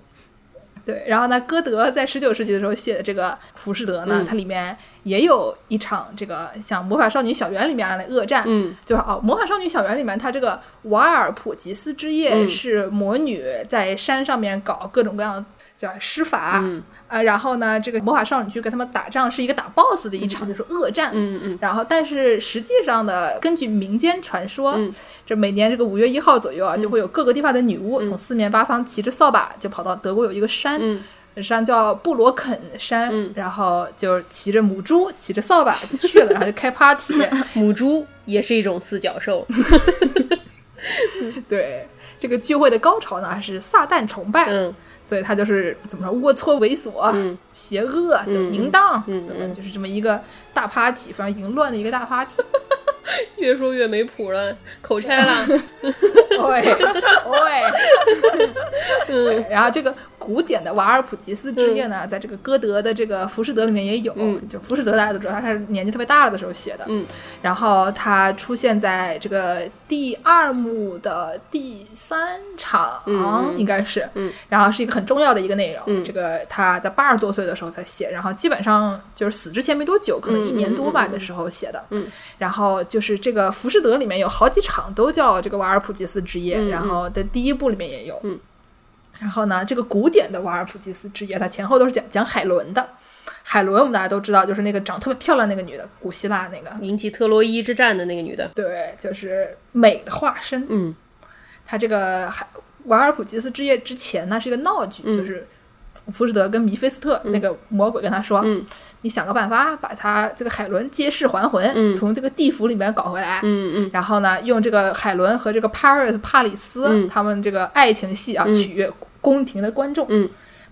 Speaker 1: 对，然后呢，歌德在十九世纪的时候写的这个《浮士德》呢，
Speaker 2: 嗯
Speaker 1: 它里面也有一场这个像《魔法少女小圆》里面的恶战，
Speaker 2: 嗯，
Speaker 1: 就是哦，《魔法少女小圆》里面它这个瓦尔普吉斯之夜
Speaker 2: 嗯
Speaker 1: 是魔女在山上面搞各种各样。叫施法，嗯、呃，然后呢，这个魔法少女去跟他们打仗是一个打 BOSS 的一场，就是恶战，
Speaker 2: 嗯嗯
Speaker 1: 然后，但是实际上呢，根据民间传说，
Speaker 2: 嗯
Speaker 1: 这每年这个五月一号左右啊，就会有各个地方的女巫从四面八方骑着扫把，就跑到德国有一个山。
Speaker 2: 嗯
Speaker 1: 山叫布罗肯山，然后就是骑着母猪，骑着扫把 就去了，然后就开 party，
Speaker 2: 母猪也是一种四脚兽，
Speaker 1: 对，这个聚会的高潮呢是撒旦崇拜，
Speaker 2: 嗯
Speaker 1: 所以他就是怎么说龌龊、猥琐、邪恶、
Speaker 2: 嗯
Speaker 1: 淫荡，
Speaker 2: 嗯
Speaker 1: 对吧？就是这么一个大 party，非常淫乱的一个大 party。
Speaker 2: 越说越没谱了，口拆 了，
Speaker 1: 喂喂，对然后这个古典的瓦尔普吉斯之夜呢，在这个歌德的这个《浮士德》里面也有，就浮士德大家都知道，他是年纪特别大了的时候写的，
Speaker 2: 嗯
Speaker 1: 然后他出现在这个第二幕的第三场，
Speaker 2: 嗯嗯
Speaker 1: 应该是，
Speaker 2: 嗯
Speaker 1: 然后是一个很重要的一个内容，
Speaker 2: 嗯
Speaker 1: 这个他在八十多岁的时候才写，然后基本上就是死之前没多久，可能一年多吧的时候写的，
Speaker 2: 嗯嗯
Speaker 1: 然后就是这个《浮士德》里面有好几场都叫这个瓦尔普吉斯之夜，
Speaker 2: 嗯
Speaker 1: 然后的第一部里面也有。
Speaker 2: 嗯
Speaker 1: 然后呢，这个古典的瓦尔普吉斯之夜，它前后都是讲讲海伦的。海伦我们大家都知道，就是那个长得特别漂亮那个女的，古希腊那个，
Speaker 2: 引起特洛伊之战的那个女的，
Speaker 1: 对，就是美的化身。
Speaker 2: 嗯
Speaker 1: 它这个海瓦尔普吉斯之夜之前呢，是一个闹剧，
Speaker 2: 嗯
Speaker 1: 就是浮士德跟弥菲斯特、那个魔鬼跟他说，
Speaker 2: 嗯
Speaker 1: 你想个办法把他这个海伦借尸还魂，
Speaker 2: 嗯
Speaker 1: 从这个地府里面搞回来。
Speaker 2: 嗯嗯
Speaker 1: 然后呢，用这个海伦和这个 Paris 帕里斯、
Speaker 2: 嗯
Speaker 1: 他们这个爱情戏啊，取悦宫廷的观众。
Speaker 2: 嗯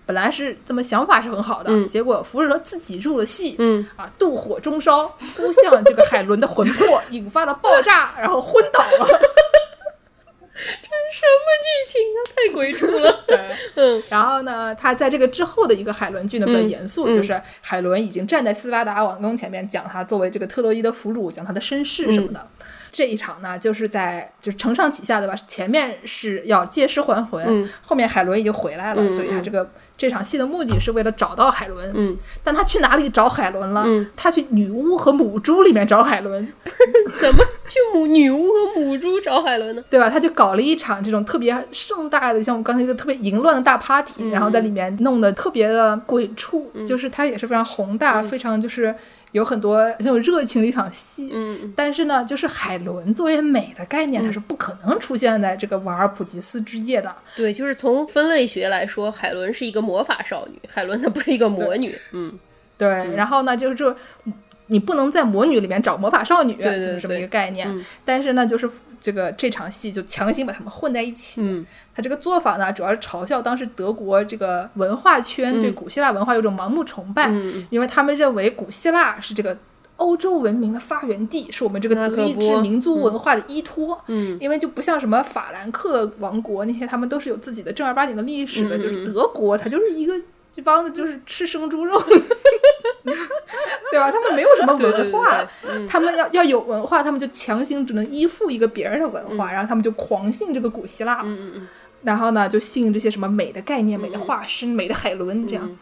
Speaker 1: 本来是这么想法是很好的，
Speaker 2: 嗯
Speaker 1: 结果浮士德自己入了戏，
Speaker 2: 嗯
Speaker 1: 啊，妒火中烧，扑向这个海伦的魂魄，引发了爆炸，然后昏倒了。
Speaker 2: 什么剧情啊，太鬼畜了，
Speaker 1: 对。
Speaker 2: 嗯
Speaker 1: 然后呢，他在这个之后的一个海伦剧呢比较
Speaker 2: 嗯
Speaker 1: 严肃，
Speaker 2: 嗯
Speaker 1: 就是海伦已经站在斯巴达王宫前面，讲他作为这个特洛伊的俘虏，讲他的身世什么的。
Speaker 2: 嗯
Speaker 1: 这一场呢，就是在就是承上启下的吧，前面是要借尸还魂，
Speaker 2: 嗯
Speaker 1: 后面海伦已经回来了，
Speaker 2: 嗯
Speaker 1: 所以他
Speaker 2: 嗯
Speaker 1: 这个这场戏的目的是为了找到海伦。
Speaker 2: 嗯，
Speaker 1: 但他去哪里找海伦了？
Speaker 2: 嗯
Speaker 1: 他去女巫和母猪里面找海伦，
Speaker 2: 怎么去母女巫和母猪找海伦呢？
Speaker 1: 对吧？他就搞了一场这种特别盛大的，像我刚才一个特别淫乱的大 party，、然后在里面弄得特别的鬼畜，就是它也是非常宏大，非常就是有很多很有热情的一场戏。
Speaker 2: 嗯嗯
Speaker 1: 但是呢，就是海伦作为美的概念，它是不可能出现在这个瓦尔普吉斯之夜的。
Speaker 2: 对，就是从分类学来说，海伦是一个魔法少女，海伦她不是一个魔女。嗯
Speaker 1: 对，然后呢，就是这。你不能在魔女里面找魔法少女，
Speaker 2: 对对
Speaker 1: 就是这么
Speaker 2: 对
Speaker 1: 一个概念。
Speaker 2: 嗯
Speaker 1: 但是呢，就是这个这场戏就强行把他们混在一起。
Speaker 2: 嗯
Speaker 1: 他这个做法呢，主要是嘲笑当时德国这个文化圈对古希腊文化有种盲目崇拜，
Speaker 2: 嗯，
Speaker 1: 因为他们认为古希腊是这个欧洲文明的发源地，是我们这
Speaker 2: 那
Speaker 1: 个
Speaker 2: 可
Speaker 1: 德意
Speaker 2: 不
Speaker 1: 志民族文化的依托。
Speaker 2: 嗯
Speaker 1: 因为就不像什么法兰克王国那些，他们都是有自己的正儿八经的历史的，
Speaker 2: 嗯嗯
Speaker 1: 就是
Speaker 2: 嗯
Speaker 1: 德国，它就是一个这帮子就是吃生猪肉， 对吧？他们没有什么
Speaker 2: 对对
Speaker 1: 文
Speaker 2: 对
Speaker 1: 化，
Speaker 2: 对嗯
Speaker 1: 他们要要有文化，他们就强行只能依附一个别人的文化，然后他们就狂信这个古希腊，
Speaker 2: 嗯嗯
Speaker 1: 然后呢就信这些什么美的概念、美的化身、美的海伦这样。
Speaker 2: 嗯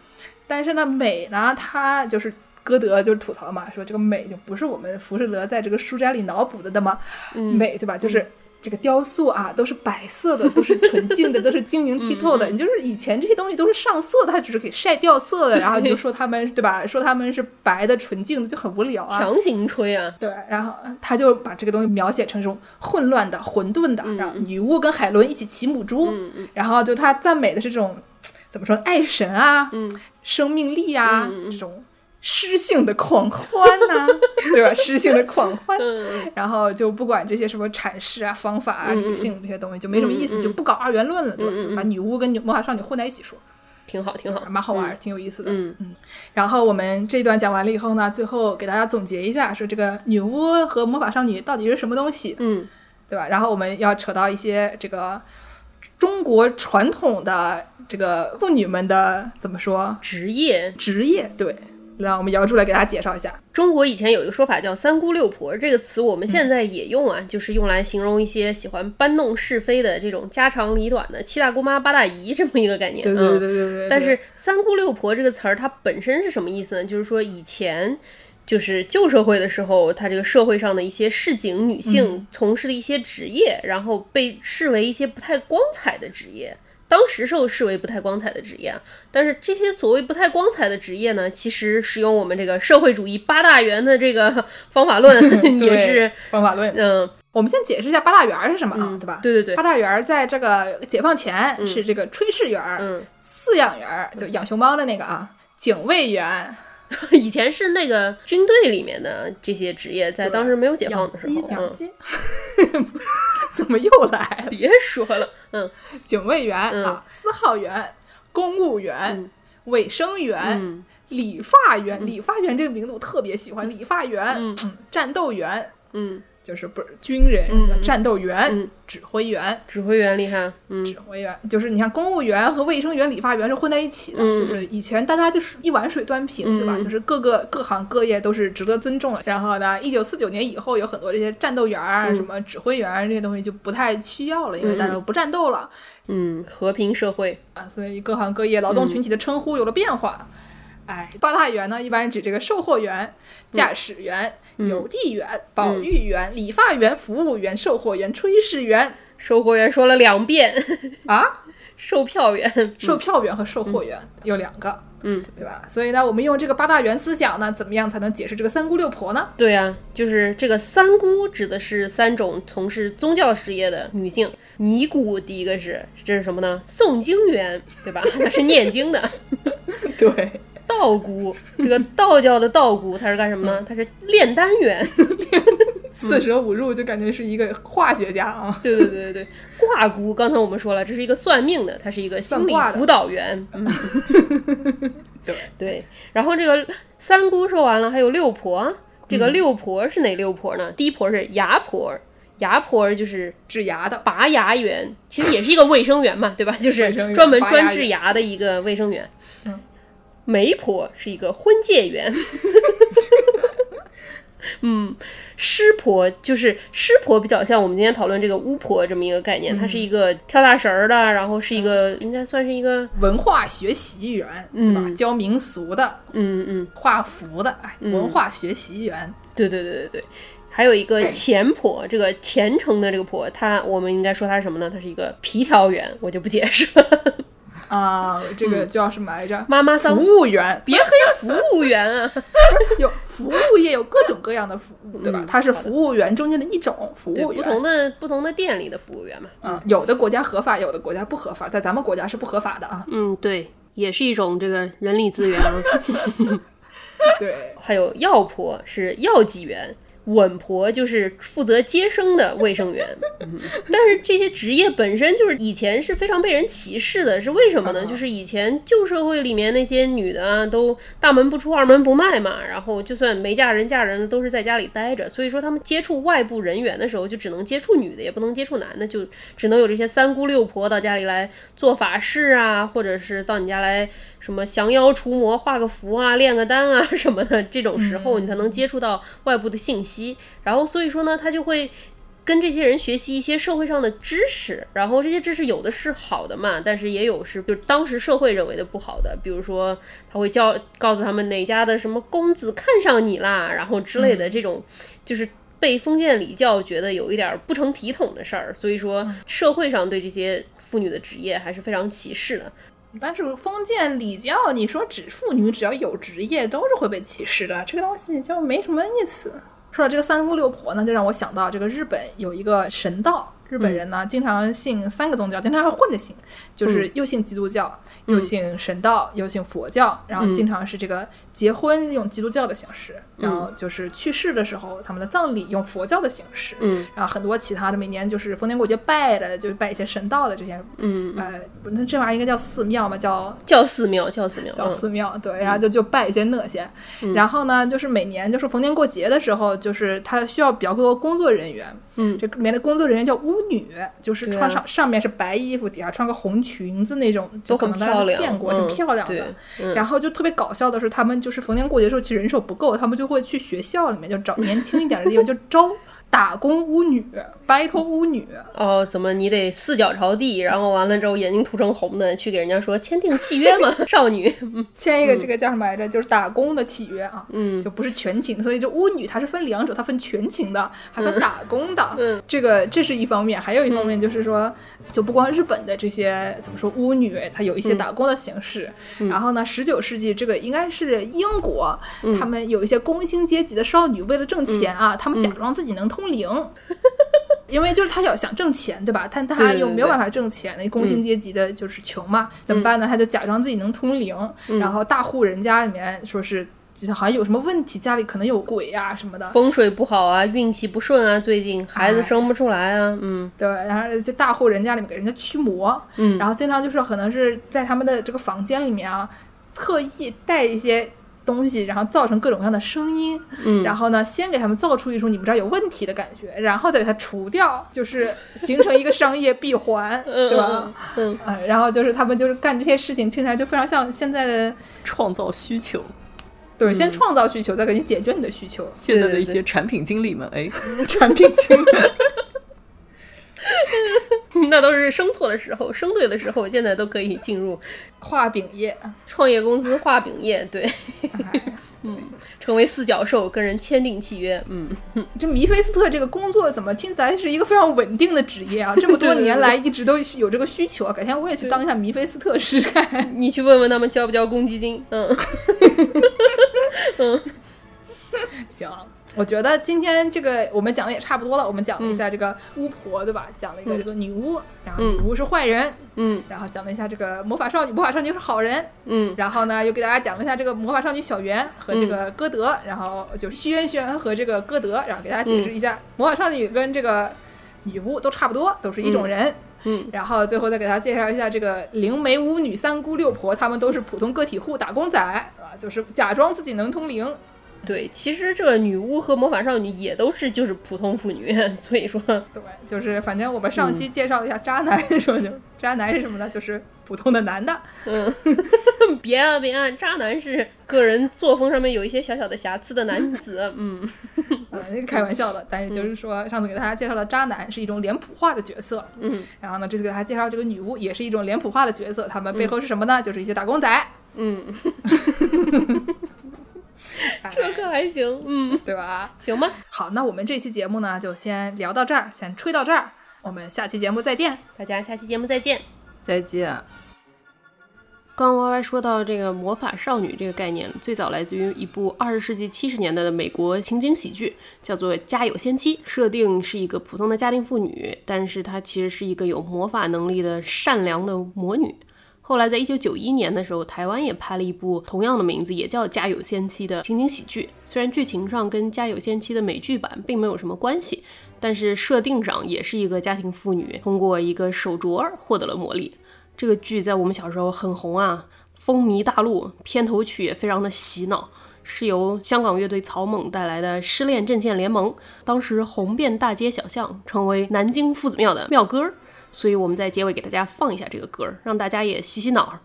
Speaker 1: 但是呢，美呢，它就是歌德就是吐槽嘛，说这个美就不是我们浮士德在这个书斋里脑补的那么美，对吧？就是。这个雕塑啊，都是白色的，都是纯净的，都是晶莹剔透的。你就是以前这些东西都是上色的，它只是给晒掉色的，然后你就说他们对吧？说他们是白的、纯净的，就很无聊啊。
Speaker 2: 强行吹啊，
Speaker 1: 对，然后呃他就把这个东西描写成这种混乱的、混沌的，然后女巫跟海伦一起骑母猪，然后就他赞美的是这种怎么说爱神啊，生命力啊，这种诗性的狂欢呐、 对吧？诗性的狂欢，然后就不管这些什么阐释啊、方法啊、理性这些东西，就没什么意思，就不搞二元论了，对吧？就把女巫跟女魔法少女混在一起说，
Speaker 2: 挺好挺好。
Speaker 1: 蛮好玩儿，挺有意思的。
Speaker 2: 嗯
Speaker 1: 然后我们这段讲完了以后呢，最后给大家总结一下，说这个女巫和魔法少女到底是什么东西，
Speaker 2: 嗯
Speaker 1: 对吧？然后我们要扯到一些这个中国传统的这个妇女们的怎么说
Speaker 2: 职业
Speaker 1: 职业，对，让我们摇出来给大家介绍一下。
Speaker 2: 中国以前有一个说法叫“三姑六婆”，这个词我们现在也用
Speaker 1: 嗯
Speaker 2: 啊，就是用来形容一些喜欢搬弄是非的这种家长里短的七大姑妈八大姨这么一个概念。
Speaker 1: 对对对
Speaker 2: 嗯
Speaker 1: 对对对。
Speaker 2: 但是“三姑六婆”这个词儿，它本身是什么意思呢？就是说以前。就是旧社会的时候，它这个社会上的一些市井
Speaker 1: 嗯
Speaker 2: 女性从事的一些职业，然后被视为一些不太光彩的职业，当时受视为不太光彩的职业啊。但是这些所谓不太光彩的职业呢，其实使用我们这个社会主义八大员的这个 方法 论也
Speaker 1: 对
Speaker 2: 是，
Speaker 1: 方法论。
Speaker 2: 嗯，
Speaker 1: 我们先解释一下八大员儿是什么啊，对吧？
Speaker 2: 对对对
Speaker 1: 八，大员儿在这个解放前是这个炊事员儿、
Speaker 2: 嗯，
Speaker 1: 饲养员儿，就养熊猫的那个啊，警卫员、
Speaker 2: 以前是那个军队里面的这些职业，在
Speaker 1: 对
Speaker 2: 当时没有解放
Speaker 1: 养
Speaker 2: 的时
Speaker 1: 鸡
Speaker 2: 候，、
Speaker 1: 养
Speaker 2: 嗯，
Speaker 1: 鸡， 怎么又来了？
Speaker 2: 别说了，嗯，
Speaker 1: 警卫员啊，司号员、公务员
Speaker 2: 嗯、
Speaker 1: 卫生员
Speaker 2: 嗯、
Speaker 1: 理发员，理发员这个名字我特别喜欢，理发员，
Speaker 2: 嗯
Speaker 1: 嗯，战斗员
Speaker 2: 嗯，
Speaker 1: 就是不是军人什么的，战斗员
Speaker 2: 嗯、
Speaker 1: 指挥员。
Speaker 2: 指挥员厉害，嗯，
Speaker 1: 指挥员就是你像公务员和卫生员、理发员是混在一起的，
Speaker 2: 嗯
Speaker 1: 就是以前大家就是一碗水端平，对吧？
Speaker 2: 嗯
Speaker 1: 就是各个各行各业都是值得尊重的。然后呢，一九四九年以后有很多这些战斗员儿、啊
Speaker 2: 嗯
Speaker 1: 什么指挥员儿这些东西就不太需要了，因为大家都不战斗了。
Speaker 2: 嗯，和平社会，
Speaker 1: 啊，所以各行各业劳
Speaker 2: 嗯
Speaker 1: 动群体的称呼有了变化。哎，八大员呢，一般指这个售货员、驾驶员、
Speaker 2: 嗯
Speaker 1: 邮递员、保育员、理发员、服务员、售货员、炊事员
Speaker 2: 售货员说了两遍，
Speaker 1: 啊，
Speaker 2: 售票员，
Speaker 1: 售票员和售货员、有两个，
Speaker 2: 嗯，
Speaker 1: 对吧？所以呢，我们用这个八大员思想呢，怎么样才能解释这个三姑六婆呢？
Speaker 2: 对啊，就是这个三姑指的是三种从事宗教事业的女性。尼姑第一个是，这是什么呢？诵经员，对吧？她是念经的。
Speaker 1: 对，
Speaker 2: 道姑，这个道教的道姑，她是干什么呢？她是炼丹员。
Speaker 1: 四舍五入就感觉是一个化学家啊，
Speaker 2: 对对对对对，卦姑，刚才我们说了，这是一个算命的，她是一个心
Speaker 1: 算
Speaker 2: 理
Speaker 1: 卦的
Speaker 2: 辅导员。 嗯，对，然后这个三姑说完了，还有六婆。这
Speaker 1: 嗯
Speaker 2: 个六婆是哪六婆呢？第一婆是牙婆，牙婆就是
Speaker 1: 治牙的。
Speaker 2: 拔牙员，其实也是一个卫生员嘛，对 吧？就
Speaker 1: 卫
Speaker 2: 是
Speaker 1: 生员
Speaker 2: 专门
Speaker 1: 拔牙
Speaker 2: 专
Speaker 1: 员
Speaker 2: 治牙的一个卫生员
Speaker 1: 嗯。
Speaker 2: 媒婆是一个婚介员， 嗯，师婆就是师婆比较像我们今天讨论这个巫婆这么一个概念，她是一个跳大神儿的，然后是一个应该算是一个
Speaker 1: 文化学习员，对吧？
Speaker 2: 嗯
Speaker 1: 教民俗的、
Speaker 2: 嗯嗯，
Speaker 1: 画符的，哎，文化学习员，
Speaker 2: 对对对对对，还有一个钱婆，这个虔诚的这个婆，她我们应该说她是什么呢？她是一个皮条员，我就不解释了。
Speaker 1: 啊，这个叫什么来着？
Speaker 2: 嗯妈妈桑
Speaker 1: 服务员，
Speaker 2: 别黑服务员啊！
Speaker 1: 有服务业有各种各样的服务，对吧？它是服务员中间的一种服
Speaker 2: 嗯对
Speaker 1: 务
Speaker 2: 不
Speaker 1: 员。
Speaker 2: 同的不同的店里的服务员嘛。
Speaker 1: 啊，有的国家合法，有的国家不合法，在咱们国家是不合法的啊。
Speaker 2: 嗯，对，也是一种这个人力资源。啊
Speaker 1: 对，
Speaker 2: 还有药婆是药剂员，稳婆就是负责接生的卫生员。嗯 但是这些职业本身就是以前是非常被人歧视的，是为什么呢？就是以前旧社会里面那些女的啊，都大门不出二门不迈嘛，然后就算没嫁人嫁人的都是在家里待着，所以说他们接触外部人员的时候，就只能接触女的，也不能接触男的，就只能有这些三姑六婆到家里来做法事啊，或者是到你家来什么降妖除魔、画个符啊、炼个丹啊什么的，这种时候你才能接触到外部的信息。然后所以说呢，他就会跟这些人学习一些社会上的知识，然后这些知识有的是好的嘛，但是也有是就当时社会认为的不好的，比如说他会教告诉他们哪家的什么公子看上你啦，然后之类的这种，就是。被封建礼教觉得有一点不成体统的事儿，所以说社会上对这些妇女的职业还是非常歧视的。
Speaker 1: 但是封建礼教，你说只妇女只要有职业都是会被歧视的，这个东西就没什么意思。说到这个三姑六婆呢，就让我想到这个日本有一个神道，日本人呢、经常信三个宗教，经常还混着信，就是又信基督教，又信神道，又信佛教，然后经常是这个结婚用基督教的形式，然后就是去世的时候他们的葬礼用佛教的形式，
Speaker 2: 嗯，
Speaker 1: 然后很多其他的每年就是逢年过节拜的，就是拜一些神道的这些，
Speaker 2: 嗯，
Speaker 1: 呃，不那这玩意儿应该叫寺庙嘛，叫
Speaker 2: 叫寺庙，叫寺庙，
Speaker 1: 到
Speaker 2: 嗯
Speaker 1: 寺庙，对，然后就就拜一些那些，然后呢，就是每年就是逢年过节的时候，就是他需要比较多工作人员，
Speaker 2: 嗯
Speaker 1: 这里面的工作人员叫巫女，就是
Speaker 2: 对啊
Speaker 1: 穿上上面是白衣服，底下穿个红裙子那种，就
Speaker 2: 都
Speaker 1: 可
Speaker 2: 很
Speaker 1: 能大家
Speaker 2: 漂
Speaker 1: 都
Speaker 2: 亮，
Speaker 1: 见过，
Speaker 2: 嗯
Speaker 1: 挺漂亮
Speaker 2: 对
Speaker 1: 的。然后就特别搞笑的是，他们就是逢年过节的时候，其实人手不够，他们就会去学校里面就找年轻一点的地方就招打工巫女，白头巫女，
Speaker 2: 哦，怎么你得四脚朝地，然后完了之后眼睛涂成红的，去给人家说签订契约嘛，少女。
Speaker 1: 签
Speaker 2: 嗯
Speaker 1: 一个这个叫什么来着？就是打工的契约啊，嗯，就不是全勤，所以就巫女她是分两种，她分全勤的，还分打工 的，嗯，这个这是一方面，还有一方面就是说，就不光日本的这些怎么说巫女，她有一
Speaker 2: 嗯
Speaker 1: 些打工的形式，然后呢，十九世纪这个应该是英国，他们有一些工薪阶级的少女为了挣钱
Speaker 2: 嗯
Speaker 1: 啊，他们假装自己能通灵。 因为就是她要想挣钱，对吧？但她
Speaker 2: 对对
Speaker 1: 又没有
Speaker 2: 对
Speaker 1: 办法挣钱，那工薪阶级的就是穷嘛，怎么办呢？她就假装自己能通灵，然后大户人家里面说是。就好像有什么问题，家里可能有鬼呀、什么的，
Speaker 2: 风水不好啊，运气不顺啊，最近孩子生不出来啊，嗯
Speaker 1: 对，然后就大户人家里面给人家驱魔，
Speaker 2: 嗯
Speaker 1: 然后经常就是可能是在他们的这个房间里面啊，特意带一些东西，然后造成各种各样的声音，
Speaker 2: 嗯
Speaker 1: 然后呢，先给他们造出一种你们这儿有问题的感觉，然后再给它除掉，就是形成一个商业闭环，对吧？
Speaker 2: 嗯
Speaker 1: 呃然后就是他们就是干这些事情，听起来就非常像现在的，
Speaker 4: 创造需求。
Speaker 1: 对，
Speaker 2: 嗯
Speaker 1: 先创造需求，再给你解决你的需求，
Speaker 4: 现在
Speaker 2: 对
Speaker 4: 的一
Speaker 2: 对
Speaker 4: 些产品经理们，哎， 产品经理，
Speaker 2: 那都是生错的时候，生对的时候，现在都可以进入
Speaker 1: 画饼业，
Speaker 2: 创业公司画饼业，对，
Speaker 1: 哎
Speaker 2: 成为四脚兽，跟人签订契约，嗯，
Speaker 1: 这米菲斯特这个工作怎么听起来是一个非常稳定的职业啊？这么多年来一直都有这个需求啊，改天我也去当一下米菲斯特试试 看。
Speaker 2: 你去问问他们交不交公积金，嗯，
Speaker 1: 行，我觉得今天这个我们讲的也差不多了，我们讲了一下这个巫婆，对吧？讲了一个这个女巫，然后女巫是坏人，
Speaker 2: 嗯，
Speaker 1: 然后讲了一下这个魔法少女，魔法少女是好人，
Speaker 2: 嗯，
Speaker 1: 然后呢又给大家讲了一下这个魔法少女小圆和这个歌德，然后就是徐媛璇和这个歌德，然后给大家解释一下、魔法少女跟这个女巫都差不多，都是一种人。
Speaker 2: 嗯
Speaker 1: 然后最后再给大家介绍一下这个灵媒、巫女、三姑六婆，她们都是普通个体户、打工仔啊，就是假装自己能通灵，
Speaker 2: 对，其实这个女巫和魔法少女也都是就是普通妇女，所以说，
Speaker 1: 对，就是反正我们上
Speaker 2: 嗯
Speaker 1: 期介绍了一下渣男是什么，就渣男是什么呢？就是普通的男的。
Speaker 2: 嗯， 别啊别啊，渣男是个人作风上面有一些小小的瑕疵的男子，嗯
Speaker 1: 呃，开玩笑的，但是就是说，上次给大家介绍了渣男是一种脸谱化的角色，
Speaker 2: 嗯，
Speaker 1: 然后呢，这次给大家介绍这个女巫也是一种脸谱化的角色，他们背后是什么呢？就是一些打工仔。
Speaker 2: 嗯，
Speaker 1: 哎
Speaker 2: 这个还行，嗯，
Speaker 1: 对吧？
Speaker 2: 行吧，
Speaker 1: 好，那我们这期节目呢，就先聊到这儿，先吹到这儿，我们下期节目再见。
Speaker 2: 大家下期节目再见。
Speaker 4: 再见。啊
Speaker 2: 刚刚 Y Y 说到这个魔法少女这个概念，最早来自于一部二十世纪七十年代的美国情景喜剧，叫做《家有仙妻》。设定是一个普通的家庭妇女，但是她其实是一个有魔法能力的善良的魔女。后来在一九九一年的时候，台湾也拍了一部同样的名字，也叫《家有仙妻》的情景喜剧。虽然剧情上跟《家有仙妻》的美剧版并没有什么关系，但是设定上也是一个家庭妇女通过一个手镯儿获得了魔力。这个剧在我们小时候很红啊，风靡大陆，片头曲也非常的洗脑，是由香港乐队草蜢带来的《失恋阵线联盟》，当时红遍大街小巷，成为南京夫子庙的庙歌儿。所以我们在结尾给大家放一下这个歌儿，让大家也洗洗脑儿。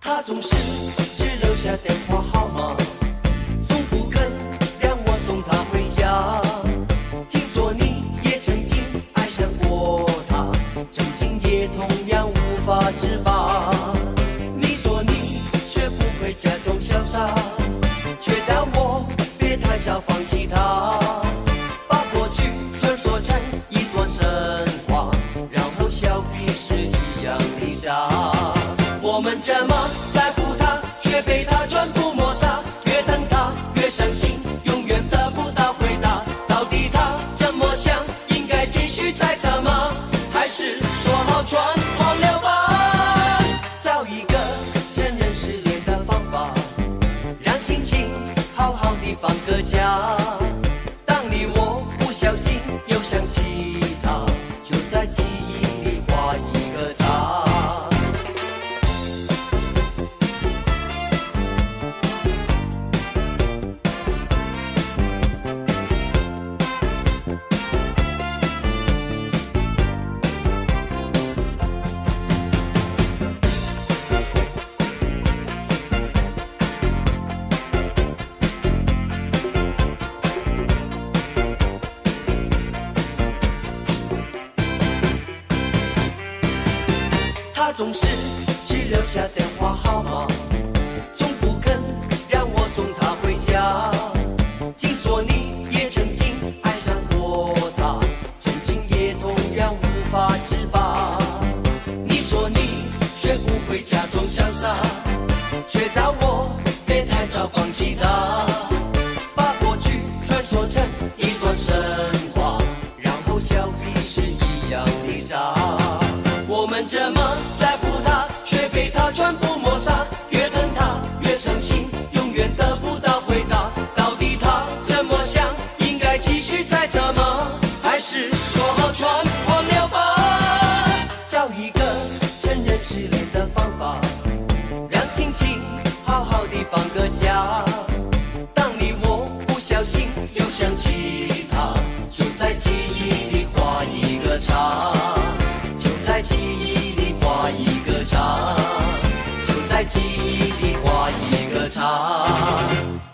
Speaker 5: 他总是只留下电话号码，从不肯让我送他回家。听说你也曾经爱上过他，曾经也同样无法自拔。你说你学不会假装潇洒，却叫我别太早放弃他。把过去穿梭成一段神话，然后笑彼此一样的傻。我们这么在乎他，却被他全部抹杀。越疼他越伤心，永远得不到回答。到底他怎么想？应该继续猜测吗？还是说好全忘了吧？找一个承认失恋的方法。让心情好好的放个假。当你我不小心又想起他，就在记忆里画一个叉。他总是只留下电话号码，从不肯让我送他回家。听说你也曾经爱上过他，曾经也同样无法自拔。你说你学不会假装潇洒，却叫我别太早放弃他，把过去穿梭成一段神话，然后像彼时一样的傻。我们怎么在乎他，却被他全部抹杀？越疼他越伤心，永远得不到回答。到底他怎么想？应该继续猜测吗？还是说好全忘了吧？找一个承认失恋的方法，让心情好好的放个假。当你我不小心又想起他，就在记忆里画一个叉，就在记忆里画一个叉，就在记忆里画一个叉。